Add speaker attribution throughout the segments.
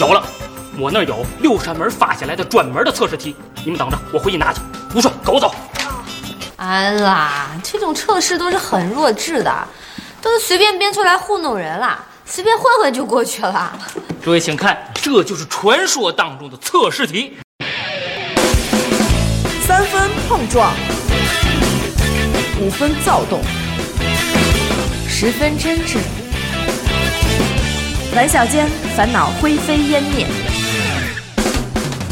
Speaker 1: 有了，我那儿有六扇门发下来的专门的测试题，你们等着，我回去拿去。吴帅，跟我走。
Speaker 2: 哎啦，这种测试都是很弱智的，都是随便编出来糊弄人啦，随便混混就过去了。
Speaker 1: 各位请看，这就是传说当中的测试题。
Speaker 3: 三分碰撞，五分躁动，
Speaker 4: 十分真挚，
Speaker 3: 玩笑间烦恼灰飞烟灭。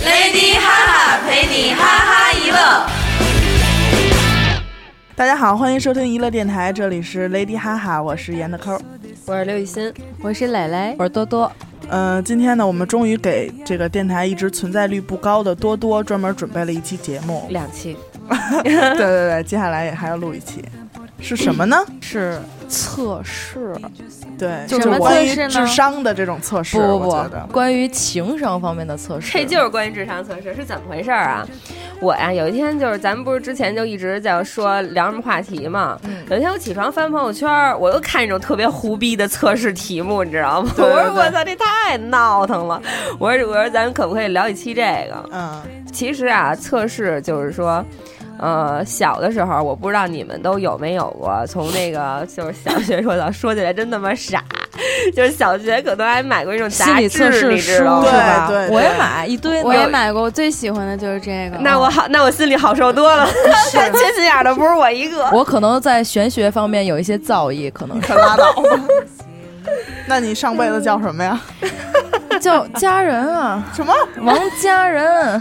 Speaker 5: Lady 哈哈陪你哈哈一乐。
Speaker 3: 大家好，欢迎收听娱乐电台，这里是 Lady 哈哈，我是严的抠。
Speaker 6: 我是刘雨欣，
Speaker 4: 我是蕾蕾，
Speaker 6: 我是多多。
Speaker 3: 呃，今天呢，我们终于给这个电台一直存在率不高的多多专门准备了一期节目。
Speaker 6: 两期
Speaker 3: 对对对，接下来也还要录一期，是什么呢？
Speaker 4: 是测试，
Speaker 3: 对，
Speaker 4: 就
Speaker 3: 就是是
Speaker 4: 什么
Speaker 3: 关于
Speaker 4: 测试呢
Speaker 3: 智商的这种测试。
Speaker 4: 不不
Speaker 3: 我觉得
Speaker 4: 不，关于情商方面的测试，
Speaker 6: 这就是关于智商测试是怎么回事儿啊？我呀、有一天就是咱们不是之前就一直在说聊什么话题嘛？
Speaker 4: 嗯
Speaker 6: 有一天我起床翻朋友圈儿，我又看那种特别胡逼的测试题目，你知道吗？
Speaker 3: 对对对
Speaker 6: 我说我操，这太闹腾了！我说我说咱们可不可以聊一期这个？
Speaker 3: 嗯，
Speaker 6: 其实啊，测试就是说。呃，小的时候我不知道你们都有没有过，从那个就是小学说到，说起来真他妈傻，就是小学可能还买过一种
Speaker 4: 心
Speaker 6: 杂
Speaker 4: 理测
Speaker 6: 志，
Speaker 4: 试
Speaker 6: 你
Speaker 4: 书是
Speaker 6: 知道吗？
Speaker 4: 吧？
Speaker 3: 对对对
Speaker 4: 我也买一堆呢，
Speaker 7: 我也买过，我最喜欢的就是这个。
Speaker 6: 那我好，那我心里好受 多了。缺心眼儿的不是我一个。
Speaker 4: 我可能在玄学方面有一些造诣，可 能是
Speaker 3: 可拉倒吧。 那你上辈子叫什么呀？
Speaker 4: 叫佳人啊，
Speaker 3: 什么？
Speaker 4: 王佳人，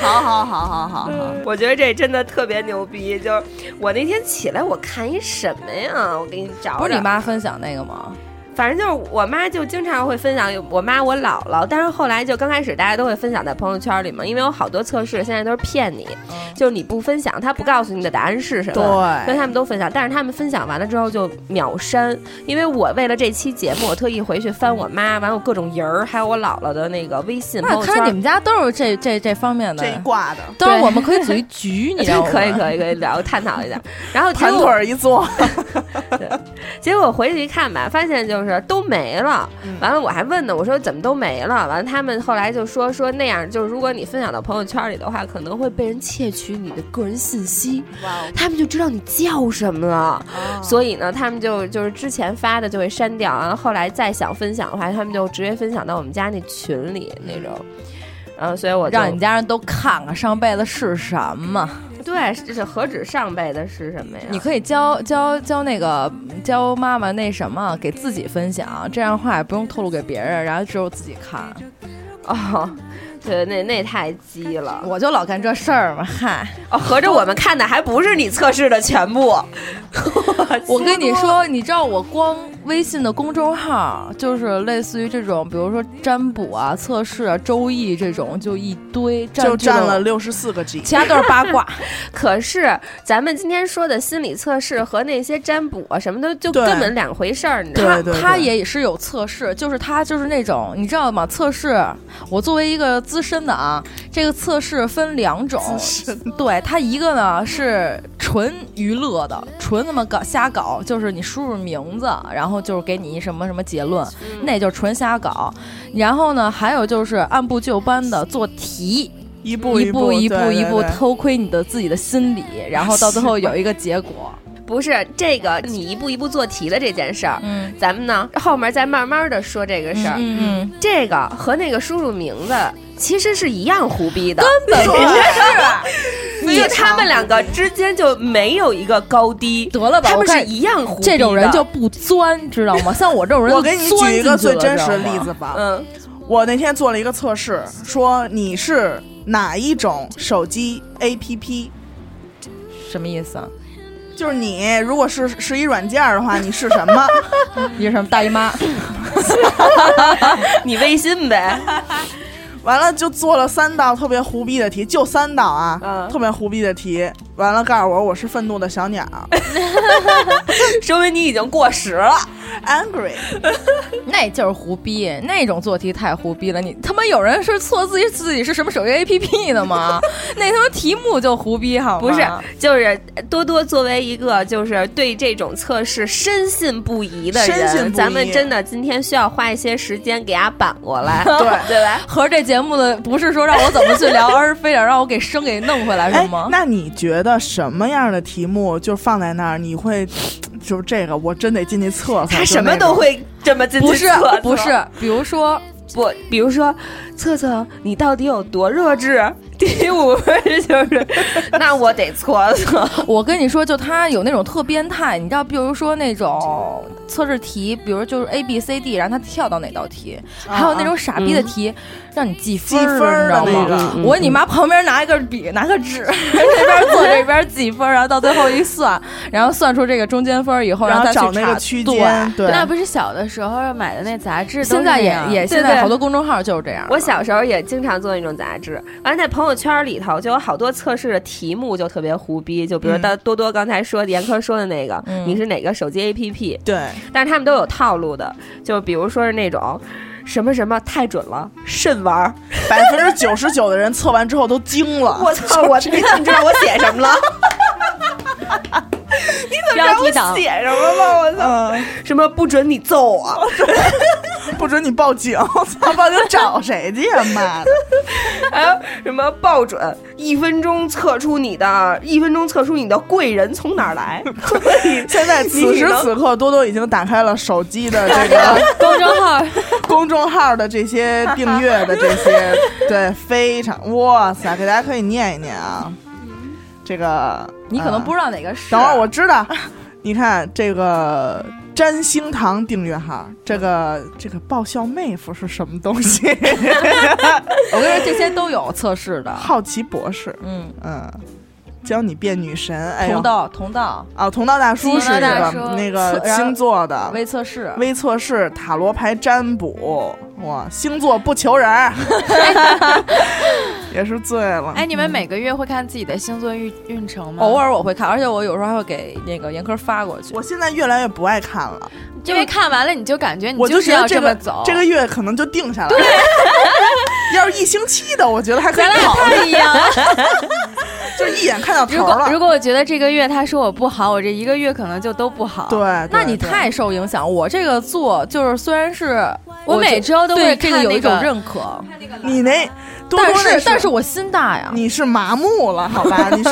Speaker 3: 好好好好好好，
Speaker 6: 我觉得这真的特别牛逼，就是我那天起来，我看一什么呀？我给你找找
Speaker 4: 不是你，妈分享那个吗？
Speaker 6: 反正就是我妈就经常会分享，我妈我姥姥，但是后来就刚开始大家都会分享在朋友圈里嘛，因为有好多测试现在都是骗你，
Speaker 4: 嗯
Speaker 6: 就是你不分享，他不告诉你的答案是什么，
Speaker 3: 对
Speaker 6: 所以他们都分享，但是他们分享完了之后就秒删，因为我为了这期节目，我特意回去翻我妈，完我各种人儿，还有我姥姥的那个微信朋
Speaker 4: 那
Speaker 6: 友圈
Speaker 4: 看来你们家都是这这这方面的
Speaker 3: 这一。挂的
Speaker 4: 当然，
Speaker 6: 对
Speaker 4: 我们可以组一 局， 你知道吗？
Speaker 6: 可以可以可以聊探 讨一下，然后结
Speaker 3: 盘腿
Speaker 6: 果
Speaker 3: 儿一坐，
Speaker 6: 结果回去一看吧，发现就是都没了。
Speaker 4: 嗯
Speaker 6: 完了我还问呢，我说怎么都没了？完了他们后来就说说那样，就是如果你分享到朋友圈里的话，可能会被人窃取你的个人信息，
Speaker 4: 哦
Speaker 6: 他们就知道你叫什么了。
Speaker 4: 嗯
Speaker 6: 所以呢，他们就就是之前发的就会删掉，然后后来再想分享的话，他们就直接分享到我们家那群里那种。嗯，所以我就
Speaker 4: 让你们家人都看看上辈子是什么。
Speaker 6: 对，这是何止上辈子是什么呀？
Speaker 4: 你可以教教教那个教妈妈那什么，给自己分享，这样的话也不用透露给别人，然后只有自己看。
Speaker 6: 哦， 对，那那太鸡了。
Speaker 4: 我就老干这事儿嘛，嗨！
Speaker 6: 哦，合着我们看的还不是你测试的全部。
Speaker 4: 我跟你说，你知道我光微信的公众号，就是类似于这种，比如说占卜啊、测试啊、周易这种，就一堆，
Speaker 3: 就
Speaker 4: 占据
Speaker 3: 占了，六十四个 G。
Speaker 4: 其他都是八卦。
Speaker 6: 可是咱们今天说的心理测试和那些占卜啊什么的，就
Speaker 3: 对
Speaker 6: 根本两回事儿，你知道吗？
Speaker 3: 对对对
Speaker 4: 他也是有测试，就是他就是那种你知道吗？测试，我作为一个资深的啊，这个测试分两种，对它一个呢是纯娱乐的，纯那么搞瞎搞，就是你输入名字，然后就是给你一什么什么结论，
Speaker 3: 嗯
Speaker 4: 那就是纯瞎搞。然后呢，还有就是按部就班的做题。
Speaker 3: 一步
Speaker 4: 一
Speaker 3: 步
Speaker 4: 步一步
Speaker 3: 对
Speaker 4: 一
Speaker 3: 对
Speaker 4: 步
Speaker 3: 对
Speaker 4: 偷窥你的自己的心理，然后到最后有一个结 果。
Speaker 6: 不是这个，你一步一步做题的这件事儿，
Speaker 4: 嗯
Speaker 6: 咱们呢后面再慢慢的说这个事儿。
Speaker 4: 嗯嗯，
Speaker 6: 这个和那个输入名字其实是一样胡逼的，
Speaker 4: 本
Speaker 3: 对
Speaker 6: 你就他们两个之间就没有一个高低，
Speaker 4: 得了吧
Speaker 6: 他
Speaker 4: 我
Speaker 6: 们
Speaker 4: 看
Speaker 6: 是一样胡逼的。
Speaker 4: 这种人就不钻，知道吗？像我这种人，
Speaker 3: 我给你举一个最真实的例子，吧。
Speaker 6: 嗯，
Speaker 3: 我那天做了一个测试，说你是哪一种手机 APP，
Speaker 4: 什么意思啊？
Speaker 3: 就是你如果是十一软件的话，你是什么？
Speaker 4: 你是什么大姨妈？
Speaker 6: 你微 信呗，
Speaker 3: 完了就做了三道特别胡逼的题，就三道啊，
Speaker 6: 嗯
Speaker 3: 特别胡逼的题。完了告诉我我是愤怒的小鸟，
Speaker 6: 说明你已经过时了。
Speaker 3: angry，
Speaker 4: 那就是胡逼，那种做题太胡逼了。你他妈有人是错自己自己是什么手机 APP 的吗？那他妈题目就胡逼好吗？
Speaker 6: 不是，就是多多作为一个就是对这种测试深信不疑的
Speaker 3: 深信不疑
Speaker 6: 人，咱们真的今天需要花一些时间给他扳过 来，
Speaker 3: 对
Speaker 6: 对吧？
Speaker 4: 合着这节目的不是说让我怎么去聊，而是非得让我给生给弄回来是
Speaker 3: 哎
Speaker 4: 吗，？
Speaker 3: 那你觉得什么样的题目就放在那儿，你会就是这个，我真得进去测测。
Speaker 6: 他
Speaker 3: 就
Speaker 6: 什么
Speaker 3: 那
Speaker 6: 都
Speaker 3: 种，
Speaker 6: 会这么进去
Speaker 4: 不是
Speaker 6: 测测
Speaker 4: 不是，比如说
Speaker 6: 不，比如说，测测你到底有多弱智？ 第五分 就是，那我得 搓搓。
Speaker 4: 我跟你说，就他有那种特变态，你知道，比如说那种测试题，比如就是 A B C D，然后他跳到哪道题，还有那种傻逼的题，让你记分
Speaker 3: 记分儿
Speaker 4: 儿
Speaker 3: 的
Speaker 4: 的，你知道
Speaker 3: 那
Speaker 4: 吗？
Speaker 3: 个
Speaker 4: 我你妈旁边拿一个笔，拿个纸，这边做这边记分儿，然后到最后一算，然后算出这个中间分儿以后，
Speaker 3: 然后
Speaker 4: 再去
Speaker 3: 找那
Speaker 4: 查
Speaker 3: 个区
Speaker 4: 对
Speaker 3: 间，对，
Speaker 7: 那不是小的时候买的那杂志都
Speaker 4: 现
Speaker 7: 是
Speaker 4: 在
Speaker 7: 那
Speaker 4: 也
Speaker 7: 样，啊
Speaker 4: 也
Speaker 6: 对
Speaker 4: 现在
Speaker 6: 对
Speaker 4: 好多公众号就是这样。
Speaker 6: 我小时候也经常做那种杂志，完了在朋友圈里头就有好多测试的题目就特别胡逼，就比如到多多刚才说的严科说的那个，
Speaker 4: 嗯
Speaker 6: 你是哪个手机 APP？
Speaker 3: 对，
Speaker 6: 但是他们都有套路的，就比如说是那种什么什么太准了，慎玩儿。
Speaker 3: 百分之九十九的人测完之后都惊了。
Speaker 6: 我 操！我你知道我写什 么了？你怎么知道
Speaker 7: 标题党
Speaker 6: 我写什么了？我操！
Speaker 3: 嗯，
Speaker 6: 什么不准你揍我？
Speaker 3: 不准你报警！我操，报警找谁去呀？妈 的！
Speaker 6: 还有哎什么报准？一分钟测出你的，一分钟测出你的贵人从哪儿来？
Speaker 3: 现在此时此刻，多多已经打开了手机的这个
Speaker 7: 公众号
Speaker 3: 公众号的这些订阅的这些，对，非常哇塞，给大家可以念一念啊。这个
Speaker 4: 你可能
Speaker 3: 呃
Speaker 4: 不知啊道哪个是，
Speaker 3: 等会儿我知道。你看这个占星堂订阅号，这个这个爆笑妹夫是什么 东西？
Speaker 4: 我跟你说这些都有测试的，
Speaker 3: 好奇博士，
Speaker 4: 嗯，
Speaker 3: 嗯，教你变女神。哎
Speaker 4: 同
Speaker 3: 呦，
Speaker 4: 道同道
Speaker 3: 啊，同道大叔
Speaker 7: 同
Speaker 3: 是
Speaker 7: 道
Speaker 3: 一
Speaker 7: 大
Speaker 3: 个
Speaker 7: 叔
Speaker 3: 那个
Speaker 4: 然后
Speaker 3: 星座的
Speaker 4: 微测试，
Speaker 3: 微测试、塔罗牌占卜，哇，星座不求人儿，也是醉了。
Speaker 7: 哎，你们每个月会看自己的星座运运程吗？
Speaker 4: 偶，尔我会看，而且我有时候还会给那个严科发过去
Speaker 3: 我。现在越来越不爱看了，
Speaker 7: 因为看完了你就感觉你
Speaker 3: 我就
Speaker 7: 就是
Speaker 3: 觉得
Speaker 7: 要
Speaker 3: 这
Speaker 7: 么
Speaker 3: 个
Speaker 7: 走，
Speaker 3: 这个月可能就定下来了。要是一星期的，我觉得还可以考虑，
Speaker 7: 太一样了。
Speaker 3: 就是一眼看到
Speaker 7: 如
Speaker 3: 头
Speaker 7: 果
Speaker 3: 了。
Speaker 7: 如果我觉得这个月他说我不好，我这一个月可能就都不好。
Speaker 3: 对，，对
Speaker 4: 那你
Speaker 3: 对
Speaker 4: 太受影响。我这个做就是虽然是
Speaker 7: 我每周都会
Speaker 4: 对这个
Speaker 7: 看
Speaker 4: 有
Speaker 7: 那
Speaker 4: 一种
Speaker 7: 个
Speaker 4: 认可，
Speaker 3: 你那多
Speaker 4: 但
Speaker 3: 多那
Speaker 4: 是但是我心大呀，
Speaker 3: 你是麻木了，好吧？你是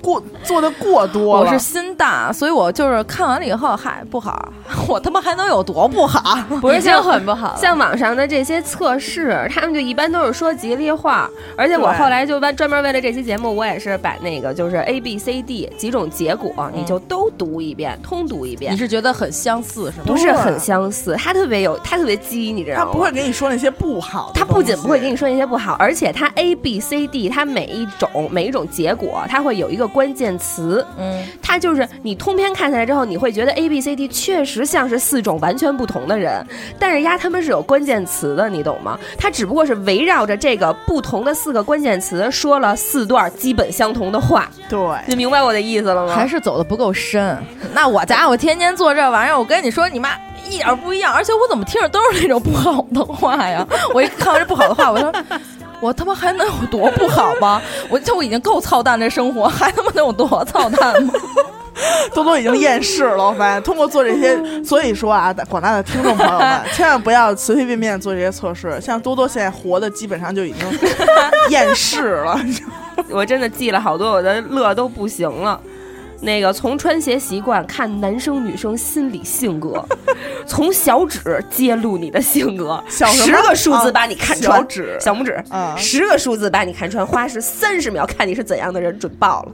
Speaker 3: 过做的过多
Speaker 4: 我
Speaker 3: 了。
Speaker 4: 是心大，所以我就是看完了以后，嗨，不好， 我他妈还能有多不好？啊
Speaker 7: 不 是像很不好。
Speaker 6: 像网上的这些测试，他们就一般都是说吉利话，而且我
Speaker 3: 对
Speaker 6: 后来就专专门为了这期节目，我也是把那个就是 A B C D 几种结果，你就都读一遍，通读一
Speaker 4: 你
Speaker 6: 遍，
Speaker 4: 是觉得很相似是吗？
Speaker 6: 不是很相似。他特别有，他特别鸡，你知
Speaker 3: 他
Speaker 6: 道吗？
Speaker 3: 不会给你说那些不好的东西，
Speaker 6: 他不仅不会给你说那些不好，而且他 A B C D，他每一种每一种结果，他会有一个关键词，
Speaker 4: 嗯，
Speaker 6: 他就是你通篇看下来之后，你会觉得 A B C D 确实像是四种完全不同的人，但是呀，他们是有关键词的，你懂吗？他只不过是围绕着这个不同的四个关键词说了四段基本相同的话，
Speaker 3: 对。
Speaker 6: 你明白我的意思了吗？
Speaker 4: 还是走的不够深。那我家伙天天做这玩意儿，我跟你说，你妈一点儿不一样，而且我怎么听着都是那种不好的话呀？ 我一看完这不好的话，我说。我他妈还能有多不好吗？我就已经够操蛋这生活，还他妈能有多操蛋 吗？
Speaker 3: 多多已经厌世了，我发现通过做这些，所以说啊，广大的听众朋友们，千万不要随随便便做这些测试。像多多现在活的基本上就已经厌世了，
Speaker 6: 我真的记了好多，我的乐都不行了。那个从穿鞋习惯看男生女生心理性 格，从小指揭露你的性格，
Speaker 3: 小什
Speaker 6: 十
Speaker 3: 么
Speaker 6: 个数字
Speaker 3: 啊
Speaker 6: 把你看
Speaker 3: 小
Speaker 6: 穿，
Speaker 3: 指
Speaker 6: 小拇指，
Speaker 3: 啊
Speaker 6: 十个数字把你看穿，花时三十秒看你是怎样的人，准爆了。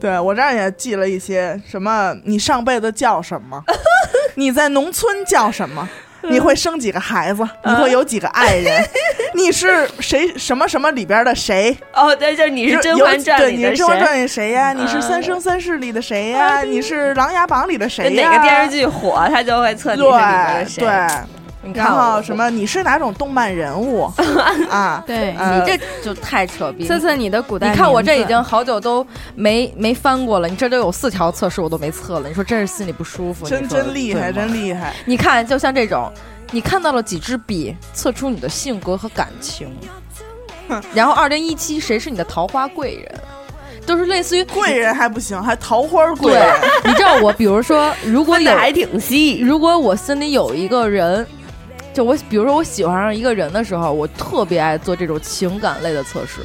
Speaker 3: 对我这儿也记了一些什么，你上辈子叫什么？ 你在农村叫什么？你会生几个孩子？你会有几个爱人？你是谁什么什么里边的谁？
Speaker 6: 哦，对，就是你
Speaker 3: 你
Speaker 6: 是《甄嬛传》
Speaker 3: 对，
Speaker 6: 里
Speaker 3: 你是《
Speaker 6: 的谁嗯啊
Speaker 3: 甄？嬛传》里谁呀？你是《三生三世》里的谁呀？你是《琅琊榜》里的谁
Speaker 6: 跟
Speaker 3: 呀？
Speaker 6: 哪个电视剧火，他就会测你是里面的
Speaker 3: 对
Speaker 6: 谁。
Speaker 3: 对，
Speaker 4: 你看
Speaker 3: 然
Speaker 4: 我
Speaker 3: 后什？么你是哪种动漫人物啊？
Speaker 7: 对
Speaker 3: 呃
Speaker 4: 你这就太扯逼了
Speaker 7: 测。测你的古代
Speaker 4: 你
Speaker 7: 名字，
Speaker 4: 看我这已经好久都没没翻过了，你这都有四条测试我都没测了，你说真是心里不舒服。
Speaker 3: 真
Speaker 4: 你说
Speaker 3: 真厉害，
Speaker 4: 对吗
Speaker 3: 真厉害！
Speaker 4: 你看，就像这种，你看到了几支笔，测出你的性格和感情。然后，二零一七，谁是你的桃花贵人？都是类似于
Speaker 3: 贵人还不行，还桃花贵
Speaker 4: 对
Speaker 3: 人，，
Speaker 4: 你知道我，比如 说，如果
Speaker 6: 分
Speaker 4: 有
Speaker 6: 的还挺细。
Speaker 4: 如果我心里有一个人，就我比如说我喜欢上一个人的时候，我特别爱做这种情感类的测试。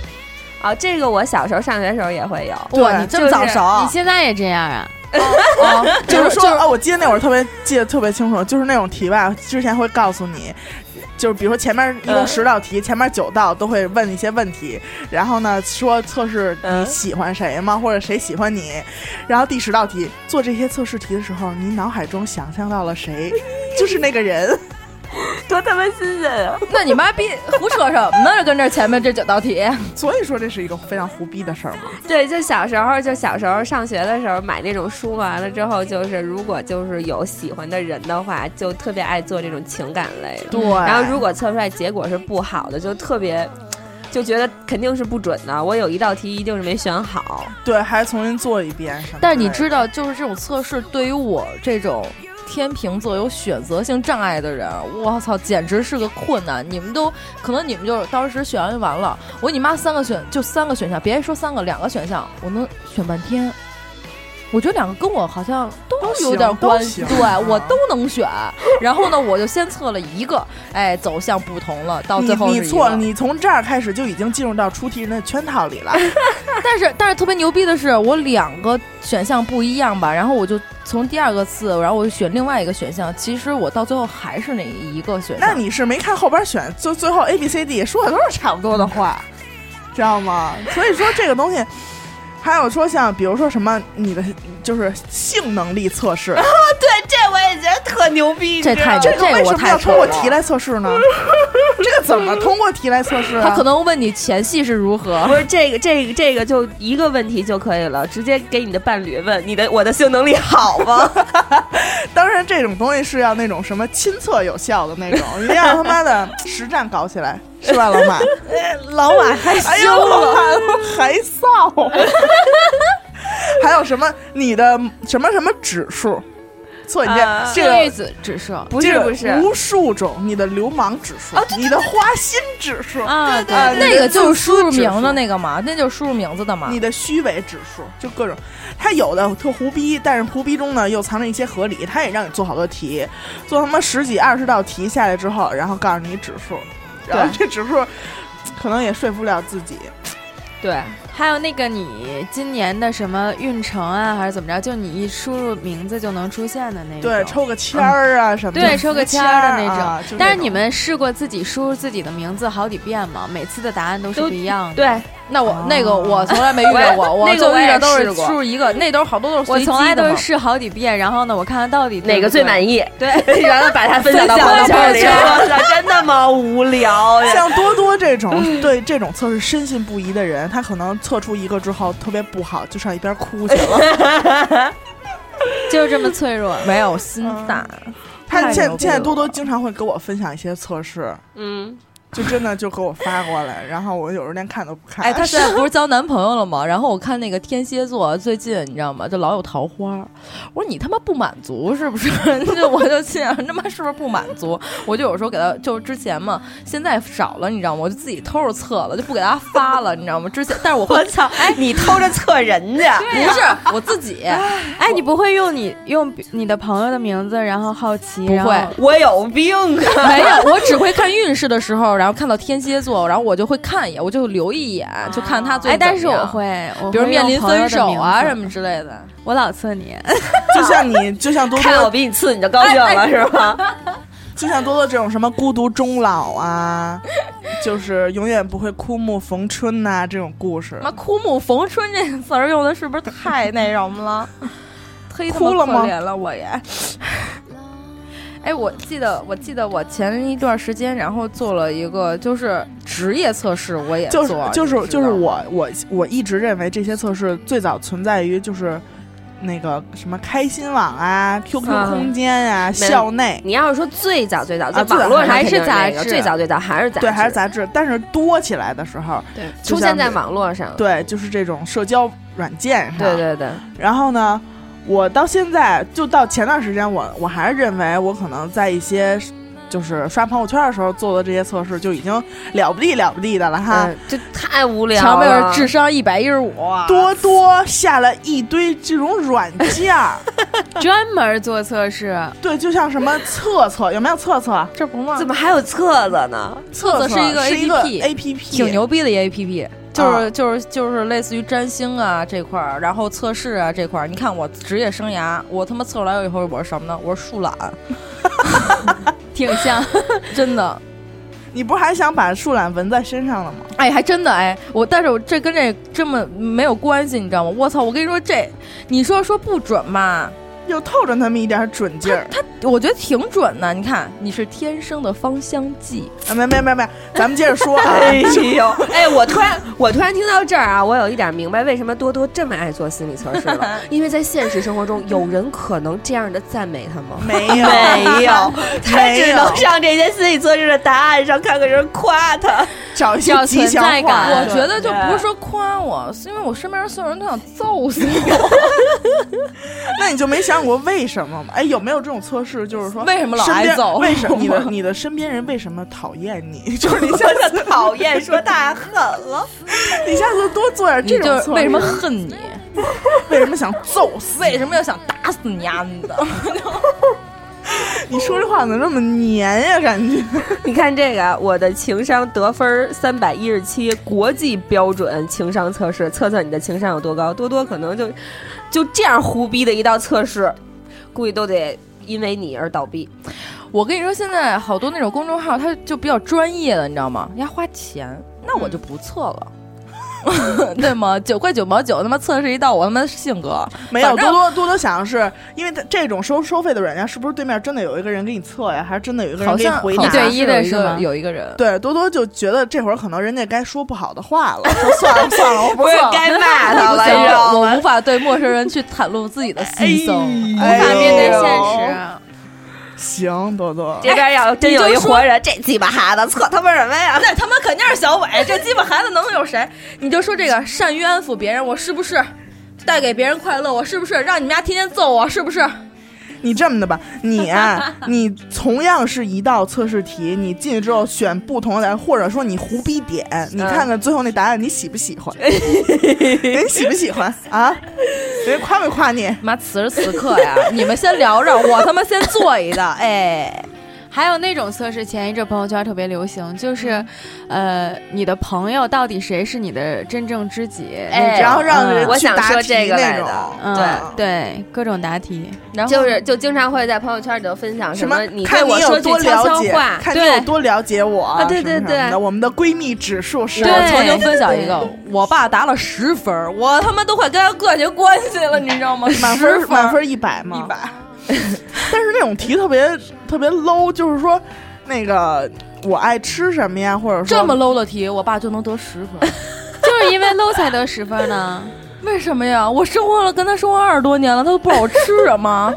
Speaker 6: 哦，这个我小时候上学时候也会有。
Speaker 3: 哇，你这么早
Speaker 7: 你
Speaker 3: 熟，
Speaker 7: 现在也这样啊？
Speaker 4: 啊，
Speaker 3: 就
Speaker 4: 就是是
Speaker 3: 说啊，我记得那会儿特别记得特别清楚，就是那种题吧，之前会告诉你。就是比如说前面一共
Speaker 6: 嗯
Speaker 3: 十道题，前面九道都会问一些问题，然后呢说测试你
Speaker 6: 嗯
Speaker 3: 喜欢谁吗，或者谁喜欢你，然后第十道题做这些测试题的时候，你脑海中想象到了谁，就是那个人。
Speaker 6: 多他妈新鲜啊！
Speaker 4: 那你妈逼胡扯什么呢？跟这前面这九道题，
Speaker 3: 所以说这是一个非常胡逼的事儿嘛。
Speaker 6: 对，就小时候，就小时候上学的时候买那种书，完了之后就是，如果就是有喜欢的人的话，就特别爱做这种情感类的。
Speaker 3: 对，
Speaker 6: 然后如果测出来结果是不好的，就特别。就觉得肯定是不准的，我有一道题一定是没选好。
Speaker 3: 对还重新做一遍什么之类的。
Speaker 4: 但是你知道，就是这种测试对于我这种天秤座有选择性障碍的人，我操，简直是个困难。你们都可能你们就是当时选完就完了，我你妈三个选就三个选项，别说三个，两个选项我能选半天。我觉得两个跟我好像都
Speaker 3: 都行
Speaker 4: 有点关系，
Speaker 3: 都
Speaker 4: 对
Speaker 3: 行嗯
Speaker 4: 我都能选。然后呢，我就先测了一个，哎，走向不同了，到
Speaker 3: 你
Speaker 4: 最后
Speaker 3: 你
Speaker 4: 是一
Speaker 3: 错
Speaker 4: 个
Speaker 3: 了，你从这儿开始就已经进入到出题人的圈套里了。
Speaker 4: 但是但是特别牛逼的是，我两个选项不一样吧，然后我就从第二个次，然后我就选另外一个选项。其实我到最后还是那一个选项。
Speaker 3: 那你是没看后边选，最最后 A B C D 说的都是差不多的话，知道吗？所以说这个东西，还有说像比如说什么你的就是性能力测试，
Speaker 4: 这太
Speaker 3: 这
Speaker 4: 啊这
Speaker 3: 个为
Speaker 4: 我
Speaker 3: 什么
Speaker 4: 太
Speaker 3: 要
Speaker 4: 扯
Speaker 3: 通过
Speaker 4: 了。
Speaker 3: 题来测试呢？这个怎么通过题来测试啊？
Speaker 4: 他可能问你前戏是如何
Speaker 6: 不，是这个，这个，这个就一个问题就可以了，直接给你的伴侣问你的我的性能力好吗？
Speaker 3: 当然这种东西是要那种什么亲测有效的那种，一定要他妈的实战搞起来，是吧，老马？
Speaker 6: 老马害
Speaker 3: 哎呦，我还臊。 还有什么你的什么什么指数？测你这、
Speaker 6: 啊
Speaker 3: 这
Speaker 7: 绿
Speaker 3: 个
Speaker 7: 子指数
Speaker 6: 不
Speaker 3: 这
Speaker 6: 是
Speaker 3: 个
Speaker 6: 不是，
Speaker 3: 无数种你的流氓指数，你的花心指数，
Speaker 7: 啊，对
Speaker 3: 啊
Speaker 4: 那个就是输入名的
Speaker 3: 那
Speaker 4: 那个嘛，那就是输入名字的嘛
Speaker 3: 你。的虚伪指数，就各种。它有的特胡逼，但是胡逼中呢又藏着一些合理，它也让你做好多题，做他妈十几二十道题下来之后，然后告诉你指数，然后这指数可能也说服不了自己。
Speaker 6: 对，
Speaker 7: 还有那个你今年的什么运程啊，还是怎么着？就你一输入名字就能出现的那种。
Speaker 3: 对，抽个签儿啊什么的，
Speaker 7: 对抽个
Speaker 3: 签
Speaker 7: 签儿的那
Speaker 3: 啊就
Speaker 7: 但是
Speaker 3: 这
Speaker 7: 你们试过自己输入自己的名字好几遍吗？每次的答案都是
Speaker 6: 都
Speaker 7: 不一样的。
Speaker 6: 对，
Speaker 4: 那我
Speaker 7: 哦
Speaker 4: 那个我从来没遇到 过，
Speaker 6: 我
Speaker 4: 我
Speaker 6: 也
Speaker 4: 就遇到都
Speaker 6: 那个我也试
Speaker 4: 是
Speaker 6: 过
Speaker 4: 输入一个，那都是好多都是
Speaker 7: 我
Speaker 4: 随机的
Speaker 7: 从
Speaker 4: 嘛。
Speaker 7: 来都是试好几遍，然后呢，我看看到底
Speaker 6: 哪个最满
Speaker 7: 意。
Speaker 6: 意？对，然后把它分享到
Speaker 7: 分
Speaker 6: 朋友
Speaker 7: 享到
Speaker 6: 圈里。
Speaker 7: 朋
Speaker 6: 我操，真他妈无聊呀！
Speaker 3: 像多多这
Speaker 7: 嗯
Speaker 3: 种对这种测试深信不疑的人，他可能测出一个之后特别不好，就上一边哭去了。
Speaker 7: 就是这么脆弱。
Speaker 4: 没有心大，
Speaker 3: 他嗯现
Speaker 4: 太牛逼
Speaker 3: 现在
Speaker 4: 了
Speaker 3: 多多经常会给我分享一些测试，
Speaker 6: 嗯，
Speaker 3: 就真的就给我发过来，然后我有时候连看都不看。
Speaker 4: 哎，她现在不是交男朋友了吗？然后我看那个天蝎座最近你知道吗，就老有桃花。我说你他妈不满足是不 是？就我就心想他妈是不是不满足？我就有时候给他，就是之前嘛，现在少了你知道吗？我就自己偷着测了，就不给他发了，你知道吗？之前，但是我会
Speaker 6: 我操，你偷着测人家，
Speaker 4: 不是我自己，
Speaker 7: 哎，你不会用你用你的朋友的名字，然后好奇，
Speaker 4: 不
Speaker 7: 然后
Speaker 4: 会
Speaker 6: 我有病啊！
Speaker 4: 没有，我只会看运势的时候，然后看到天蝎座，然后我就会看一眼，我就留一眼，就看他最
Speaker 7: 哎，
Speaker 4: 近怎么样。
Speaker 7: 但是我会，我
Speaker 4: 比如
Speaker 7: 会
Speaker 4: 面
Speaker 7: 用
Speaker 4: 临
Speaker 7: 朋友
Speaker 4: 分
Speaker 7: 的
Speaker 4: 手啊
Speaker 7: 名字
Speaker 4: 什，么之类的。
Speaker 7: 我老测 你。
Speaker 3: 就像你，就像多
Speaker 6: 看到我
Speaker 3: 多，
Speaker 6: 比你次，你就高兴了是吧？
Speaker 3: 就像多多这种什么孤独终老啊，就是永远不会枯木逢春呐、这种故事。
Speaker 4: 妈，枯木逢春这个词儿用的是不是太那什么 了？忒他妈
Speaker 3: 哭了吗
Speaker 4: 可怜了我也。 哎，我记得，我记得我前一段时间，然后做了一个就是职业测试，我也
Speaker 3: 就是
Speaker 4: 做
Speaker 3: 就是
Speaker 4: 你知道
Speaker 3: 就
Speaker 4: 吗
Speaker 3: 是我我我一直认为这些测试最早存在于就是那个什么开心网啊、QQ
Speaker 6: 嗯
Speaker 3: 空间啊、校内，
Speaker 6: 你要是说最早最早，
Speaker 3: 啊
Speaker 6: 在
Speaker 3: 最早
Speaker 6: 网络上
Speaker 4: 还是
Speaker 6: 肯定那
Speaker 4: 杂
Speaker 6: 个
Speaker 4: 志
Speaker 6: 最早最早啊还是杂志，
Speaker 3: 对，还是杂志，但是多起来的时候，
Speaker 6: 对，
Speaker 3: 就
Speaker 6: 出
Speaker 3: 像
Speaker 6: 现在网络上，
Speaker 3: 对，就是这种社交软件上。
Speaker 6: 对啊对对，
Speaker 3: 然后呢，我到现在就到前段时间我，我还是认为我可能在一些就是刷朋友圈的时候做的这些测试就已经了不地了不地的了哈。
Speaker 6: 嗯，这太无聊了。
Speaker 4: 乔贝尔智商一百一十五，啊
Speaker 3: 多多下了一堆这种软件儿，
Speaker 7: 专门做测试，
Speaker 3: 对，就像什么测测，有没有测测？这不吗
Speaker 6: 怎么还有册子呢？
Speaker 4: 册
Speaker 3: 测
Speaker 4: 子是一个
Speaker 3: 是一个
Speaker 4: APP，
Speaker 3: A P P，
Speaker 4: 挺牛逼的一 A P P。就是啊就是就是类似于占星啊这块儿，然后测试啊这块儿，你看我职业生涯，我他妈测出来以后我是什么呢？我是树 懒，
Speaker 7: 挺像。
Speaker 4: 真的，
Speaker 3: 你不是还想把树懒纹在身上了吗？
Speaker 4: 哎，还真的哎，我但是我这跟这这么没有关系，你知道吗？我操，我跟你说这，你说说不准吧？
Speaker 3: 又透着那么一点准劲儿。
Speaker 4: 我觉得挺准的，你看你是天生的芳香剂，
Speaker 3: 啊，没没没没，咱们接着说啊。
Speaker 6: 呦， 哎，我突然我突然听到这儿啊，我有一点明白为什么多多这么爱做心理测试 了，因为在现实生活中，有人可能这样的赞美他吗？
Speaker 3: 没有，
Speaker 6: 没有，他
Speaker 3: 没
Speaker 6: 只
Speaker 3: 有
Speaker 6: 能上这些心理测试的答案上看看人夸他。
Speaker 3: 找一些
Speaker 7: 找
Speaker 3: 吉
Speaker 7: 存
Speaker 3: 祥
Speaker 7: 在
Speaker 3: 话
Speaker 7: 感
Speaker 4: 我
Speaker 7: 啊
Speaker 4: 觉得就不是说夸我，是因为我身边所有人都想揍死我。
Speaker 3: 那你就没想过为什么吗？挨哎，有没有这种测试，就是说
Speaker 4: 为什么老
Speaker 3: 身边
Speaker 4: 挨揍
Speaker 3: 为什么你的你的身边人为什么讨厌你？ 就是你下次
Speaker 6: 讨厌，说太狠了。
Speaker 3: 你下次多做 点
Speaker 4: 你
Speaker 3: 这种
Speaker 4: 就
Speaker 3: 测
Speaker 4: 是
Speaker 3: 试。
Speaker 4: 为什么恨你？
Speaker 3: 为什么想揍死？
Speaker 4: 为什么要想打死你丫的？
Speaker 3: 你说这话怎么那么黏呀？感觉
Speaker 6: 你看这个啊，我的情商得分三百一十七，国际标准情商测试，测测你的情商有多高。多多可能就就这样胡逼的一道测试，估计都得因为你而倒闭。
Speaker 4: 我跟你说，现在好多那种公众号，它就比较专业的，你知道吗？人家花钱，那我就不测了。嗯 对吗？九块九毛九，他妈测试一道我他妈性格，
Speaker 3: 没有
Speaker 4: 反
Speaker 3: 多
Speaker 4: 正
Speaker 3: 多多多想的是，因为它这种收收费的软件，是不是对面真的有一个人给你测呀？还是真的有一个人
Speaker 4: 好
Speaker 3: 给你
Speaker 4: 像
Speaker 3: 回
Speaker 4: 好
Speaker 3: 答？
Speaker 4: 像
Speaker 7: 一对一的
Speaker 4: 有个
Speaker 7: 是吗
Speaker 4: 有一个人，
Speaker 3: 对，多多就觉得这会儿可能人家该说不好的 话了，说算了算了，我不测了。
Speaker 6: 该 骂他
Speaker 4: 不
Speaker 6: 了，
Speaker 4: 行
Speaker 6: 你知 道吗？
Speaker 4: 我无法对陌生人去袒露自己的心声。
Speaker 3: 无
Speaker 7: 无法面对现
Speaker 4: 啊
Speaker 7: 实。
Speaker 3: 实。哎行，多多，
Speaker 6: 这边要真有一活人，这鸡巴孩子测他妈什么 呀？
Speaker 4: 那他妈肯定是小伟，这鸡巴孩子能有谁？你就说这个善于安抚别人，我是不是带给别人快乐？我是不是让你们家天天揍我？是不是？
Speaker 3: 你这么的吧，你啊 你同样是一道测试题，你进去之后选不同的答案，或者说你胡逼点，你看看最后那答案你喜不喜欢？ 人哎喜不喜欢 啊？人夸没夸你？
Speaker 4: 妈，此时此刻呀，你们先聊着，我他妈先做一道。哎，
Speaker 7: 还有那种测试，前一阵朋友圈特别流行，就是，呃，你的 朋友到底谁是你的真正知己？
Speaker 6: 哎
Speaker 3: 然后让人
Speaker 7: 嗯
Speaker 6: 我
Speaker 3: 去
Speaker 6: 想
Speaker 3: 答
Speaker 6: 说
Speaker 3: 题
Speaker 6: 这个
Speaker 3: 那
Speaker 6: 来
Speaker 3: 种
Speaker 6: 的，
Speaker 7: 嗯，对，各种答题，
Speaker 4: 然后
Speaker 6: 就是就经常会在朋友圈里头分享
Speaker 3: 什
Speaker 6: 呃么
Speaker 3: 么？
Speaker 6: 你对
Speaker 3: 看
Speaker 6: 我说
Speaker 3: 有
Speaker 6: 句
Speaker 3: 多
Speaker 6: 悄
Speaker 3: 了
Speaker 6: 悄
Speaker 3: 解，
Speaker 6: 话，
Speaker 3: 看你
Speaker 6: 对
Speaker 3: 有多了解我啊
Speaker 6: 对对
Speaker 3: 什么什么
Speaker 6: 对
Speaker 3: 的我们的闺蜜指数是
Speaker 4: 我曾经
Speaker 7: 对
Speaker 4: 分享一个，我爸答了十分儿，我他妈都快跟他断绝关系了，你知道吗？
Speaker 3: 满
Speaker 4: 十
Speaker 3: 分
Speaker 4: 分
Speaker 3: 满
Speaker 4: 儿，
Speaker 3: 分一百吗？一百。但是那种题特别特别 low，就是说，那个我爱吃什么呀，或者说
Speaker 4: 这么 low 的题，我爸就能得十分儿，
Speaker 7: 就是因为 low 才得十分呢。
Speaker 4: 为什么呀？我生活了跟他生活二十多年了，他都不知道我吃啊什 么。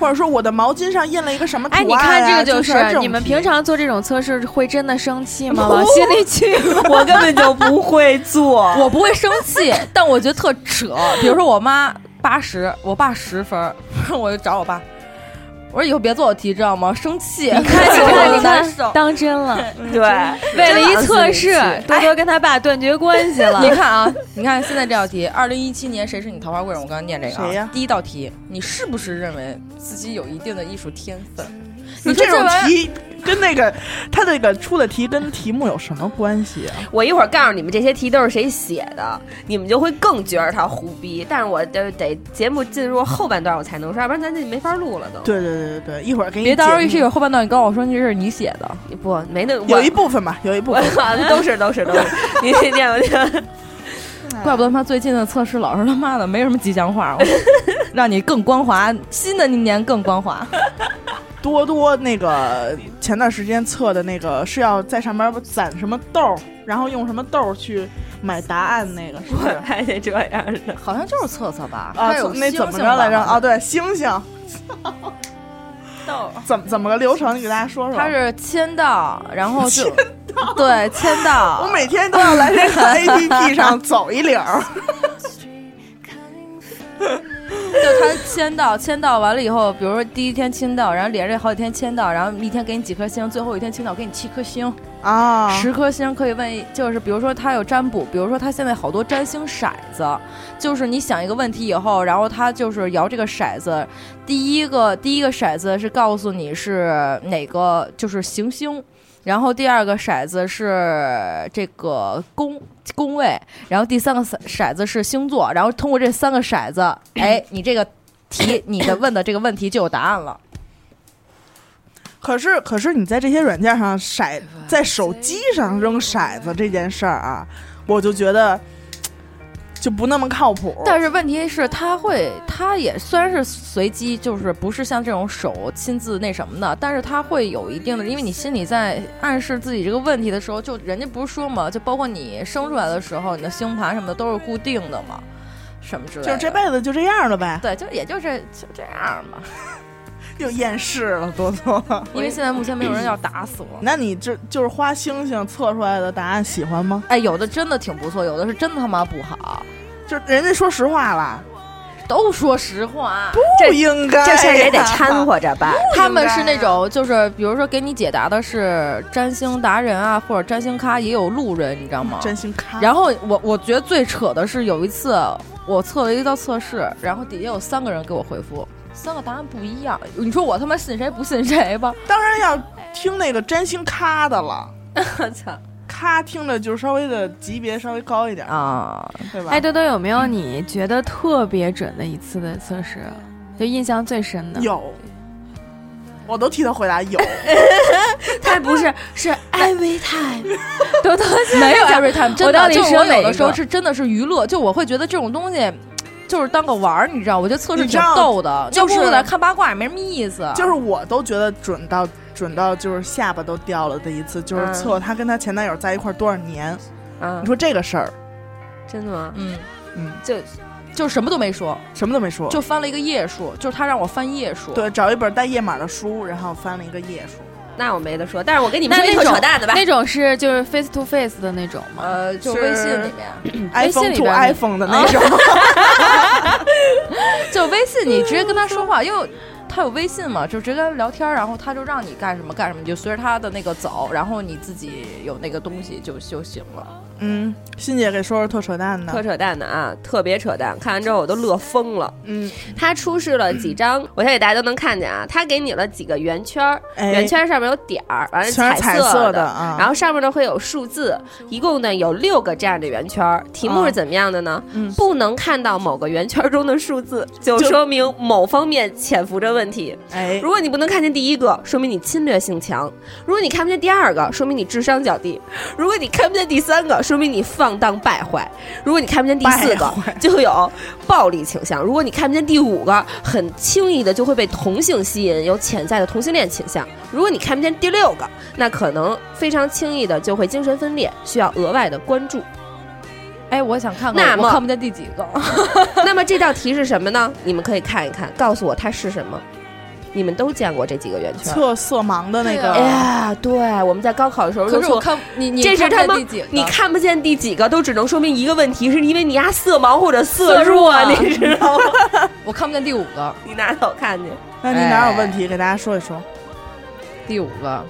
Speaker 3: 或者说我的毛巾上印了一个什么图
Speaker 7: 哎，
Speaker 3: 案
Speaker 7: 你
Speaker 3: 呀、
Speaker 7: 看这个，
Speaker 3: 啊就是这种
Speaker 7: 你们
Speaker 3: 题
Speaker 7: 平常做这种测试会真的生气吗？往心
Speaker 6: 哎
Speaker 7: 里去。
Speaker 6: 我根本就不会 做。
Speaker 4: 我不会生气，但我觉得特扯。比如说我妈八十，我爸十分儿， 我就找我爸，我说以后别做我题，知道吗？生气，你
Speaker 7: 看，你看，你
Speaker 4: 难受
Speaker 7: 看，。当真了。
Speaker 6: 对，
Speaker 7: 为了一测试
Speaker 6: 真的，
Speaker 7: 多多跟他爸断绝关
Speaker 4: 你
Speaker 7: 系了。
Speaker 4: 看啊，你看现在这道题，二零一七年谁是你桃花贵人？我刚刚念这个、啊，
Speaker 3: 谁呀
Speaker 4: 第一道题，你是不是认为自己有一定的艺术天分？
Speaker 3: 你
Speaker 4: 你
Speaker 3: 这
Speaker 4: 说
Speaker 3: 种
Speaker 4: 玩意儿，
Speaker 3: 题跟那个他那个出的题跟题目有什么关系、啊？
Speaker 6: 我一会儿告诉你们这些题都是谁写的，你们就会更觉得他胡逼。但是我就得节目进入后半段我才能说，要不然咱就没法录了都。
Speaker 3: 对对对对对，一会儿给你
Speaker 4: 别到时候
Speaker 3: 解
Speaker 4: 一
Speaker 3: 密
Speaker 4: 有后半段，你告诉我说这是你写的，
Speaker 6: 不，没那我
Speaker 3: 有一部分吧，有一部
Speaker 6: 我
Speaker 3: 分
Speaker 6: 都是都是都是， 你你念吧念吧。
Speaker 4: 怪不得他妈最近的测试老是他妈 的没什么吉祥话，我让你更光滑，新的一年更光滑。
Speaker 3: 多多那个前段时间测的那个是要在上面攒什么豆儿，然后用什么豆儿去买答案那个是不是？
Speaker 6: 还得这样的，
Speaker 4: 好像就是测测吧，
Speaker 3: 啊
Speaker 4: 还，有
Speaker 3: 那
Speaker 4: 星
Speaker 3: 怎么
Speaker 4: 星
Speaker 3: 着来着？
Speaker 4: 吧
Speaker 3: 啊，对，星星
Speaker 4: 豆。
Speaker 3: 怎么怎么个流程？你给大家说说。
Speaker 4: 它是签到，然后就对签到。
Speaker 3: 我啊每天都要来这个 APP 上走一领 儿，
Speaker 4: 就他签到，签到完了以后，比如说第一天签到，然后连着好几天签到，然后一天给你几颗星，最后一天签到给你七颗星，
Speaker 3: 啊
Speaker 4: 十颗星可以问，就是比如说他有占卜，比如说他现在好多占星骰子，就是你想一个问题以后，然后他就是摇这个骰子，第一个第一个骰子是告诉你是哪个就是行星。然后第二个骰子是这个宫宫位，然后第三个骰骰子是星座，然后通过这三个骰子，哎，你这个题你的问的这个问题就有答案了。
Speaker 3: 可是，可是你在这些软件上骰，在手机上扔骰子这件事儿啊，我就觉得就不那么靠谱。
Speaker 4: 但是问题是，他会，他也虽然是随机，就是不是像这种手亲自那什么的，但是他会有一定的，因为你心里在暗示自己这个问题的时候，就人家不是说嘛，就包括你生出来的时候，你的星盘什么的都是固定的嘛，什么之类
Speaker 3: 就
Speaker 4: 的。
Speaker 3: 是这辈子就这样了呗，
Speaker 4: 对，就也就是就这样嘛，
Speaker 3: 又厌世了，多多。
Speaker 4: 因为现在目前没有人要打死 我。
Speaker 3: 那你这就是花星星测出来的答案喜欢吗？
Speaker 4: 哎，有的真的挺不错，有的是真他妈不好，
Speaker 3: 就是人家说实话啦，
Speaker 4: 都说实话。
Speaker 3: 不应该呀，
Speaker 6: 这事儿也得掺和着办。
Speaker 4: 他们是那种，就是比如说给你解答的是占星达人啊，或者占星咖，也有路人，你知道吗？
Speaker 3: 真心看。
Speaker 4: 然后我我觉得最扯的是有一次我测了一道测试，然后底下有三个人给我回复，三个答案不一样。你说我他妈信谁不信谁吧？
Speaker 3: 当然要听那个占星咖的了，
Speaker 6: 我操，
Speaker 3: 咖听着就是稍微的级别稍微高一点，
Speaker 4: 啊，
Speaker 3: 对吧？
Speaker 7: 哎，多多有没有你觉得特别准的一次的测试，就印象最深 的？
Speaker 3: 有，我都替他回答 有。
Speaker 6: 他不是是 every time，
Speaker 7: 多多现在
Speaker 4: 没有
Speaker 7: 讲
Speaker 4: every time，真
Speaker 7: 我到
Speaker 4: 的
Speaker 7: 底
Speaker 4: 就
Speaker 7: 说
Speaker 4: 我有
Speaker 7: 哪
Speaker 4: 的
Speaker 7: 一
Speaker 4: 时候
Speaker 7: 个
Speaker 4: 是真的是娱乐，就我会觉得这种东西。就是当个玩儿，你知道？我觉得测试
Speaker 3: 你知
Speaker 4: 挺
Speaker 3: 道
Speaker 4: 逗的，
Speaker 3: 就是
Speaker 4: 要不我在那看八卦也没什么意思。
Speaker 3: 就是我都觉得准到准到，就是下巴都掉了的一次，
Speaker 6: 嗯
Speaker 3: 就是测她跟她前男友在一块儿多少年。
Speaker 6: 啊
Speaker 3: 你，说这个事儿，
Speaker 6: 真的吗？
Speaker 4: 嗯，
Speaker 3: 嗯，
Speaker 6: 就
Speaker 4: 就什么都没说，
Speaker 3: 什么都没说，
Speaker 4: 就翻了一个页数，就是他让我翻页数。
Speaker 3: 对，找一本带页码的书，然后翻了一个页数。
Speaker 6: 那我没得说，但是我跟你们
Speaker 7: 那
Speaker 6: 说一
Speaker 7: 那
Speaker 6: 头
Speaker 7: 种
Speaker 6: 扯淡的吧。
Speaker 7: 那种是就是 face to face 的那种吗？
Speaker 4: 呃，就是微信里面，
Speaker 3: iPhone
Speaker 7: 里
Speaker 3: to
Speaker 7: 边那
Speaker 3: iPhone 的那种，
Speaker 4: 就微信你直接跟他说话，因为他有微信嘛，就直接跟他聊天儿，然后他就让你干什么干什么，你就随着他的那个走，然后你自己有那个东西就就行了。
Speaker 3: 嗯，欣姐给说说特扯淡
Speaker 6: 特
Speaker 3: 的，
Speaker 6: 扯淡的啊，特别扯淡！看完之后我都乐疯了。
Speaker 3: 嗯，
Speaker 6: 他出示了几张，我现在给大家都能看见啊。他给你了几个圆圈儿，
Speaker 3: 哎
Speaker 6: 圆圈上面有点儿，完了
Speaker 3: 全是彩
Speaker 6: 色
Speaker 3: 色的啊
Speaker 6: 然后上面呢会有数字，一共呢有六个这样的圆圈儿。题目
Speaker 3: 啊
Speaker 6: 是怎么样的呢？
Speaker 3: 嗯
Speaker 6: 不能看到某个圆圈中的数字，就说明某方面潜伏着问题。
Speaker 3: 哎
Speaker 6: 如，果你不能看见第一个，说明你侵略性强；如果你看不见第二个，说明你智商较低；如果你看不见第三个，说明你放荡败坏；如果你看不见第四
Speaker 3: 败
Speaker 6: 个，就有暴力倾向；如果你看不见第五个，很轻易的就会被同性吸引，有潜在的同性恋倾向；如果你看不见第六个，那可能非常轻易的就会精神分裂，需要额外的关注。
Speaker 4: 哎，我想看
Speaker 6: 那
Speaker 4: 看，我
Speaker 6: 么
Speaker 4: 看不见第几个。
Speaker 6: 那么这道题是什么呢？你们可以看一看，告诉我它是什么。你们都见过这几个圆圈儿。
Speaker 3: 测色盲的那
Speaker 6: 哎
Speaker 3: 个，
Speaker 6: 呀，对，我们在高考的时候就
Speaker 4: 可是我
Speaker 6: 说，
Speaker 4: 看你，你
Speaker 6: 这是
Speaker 4: 看不
Speaker 6: 他
Speaker 4: 见
Speaker 6: 妈
Speaker 4: 第几个？
Speaker 6: 你看不见第几个，都只能说明一个问题，是因为你丫色盲或者色弱，啊
Speaker 4: 色弱
Speaker 6: 你知道吗？
Speaker 4: 我看不见第五个，
Speaker 6: 你拿走看去。
Speaker 3: 那你哪有问题？给大家说一说。
Speaker 4: 第五个，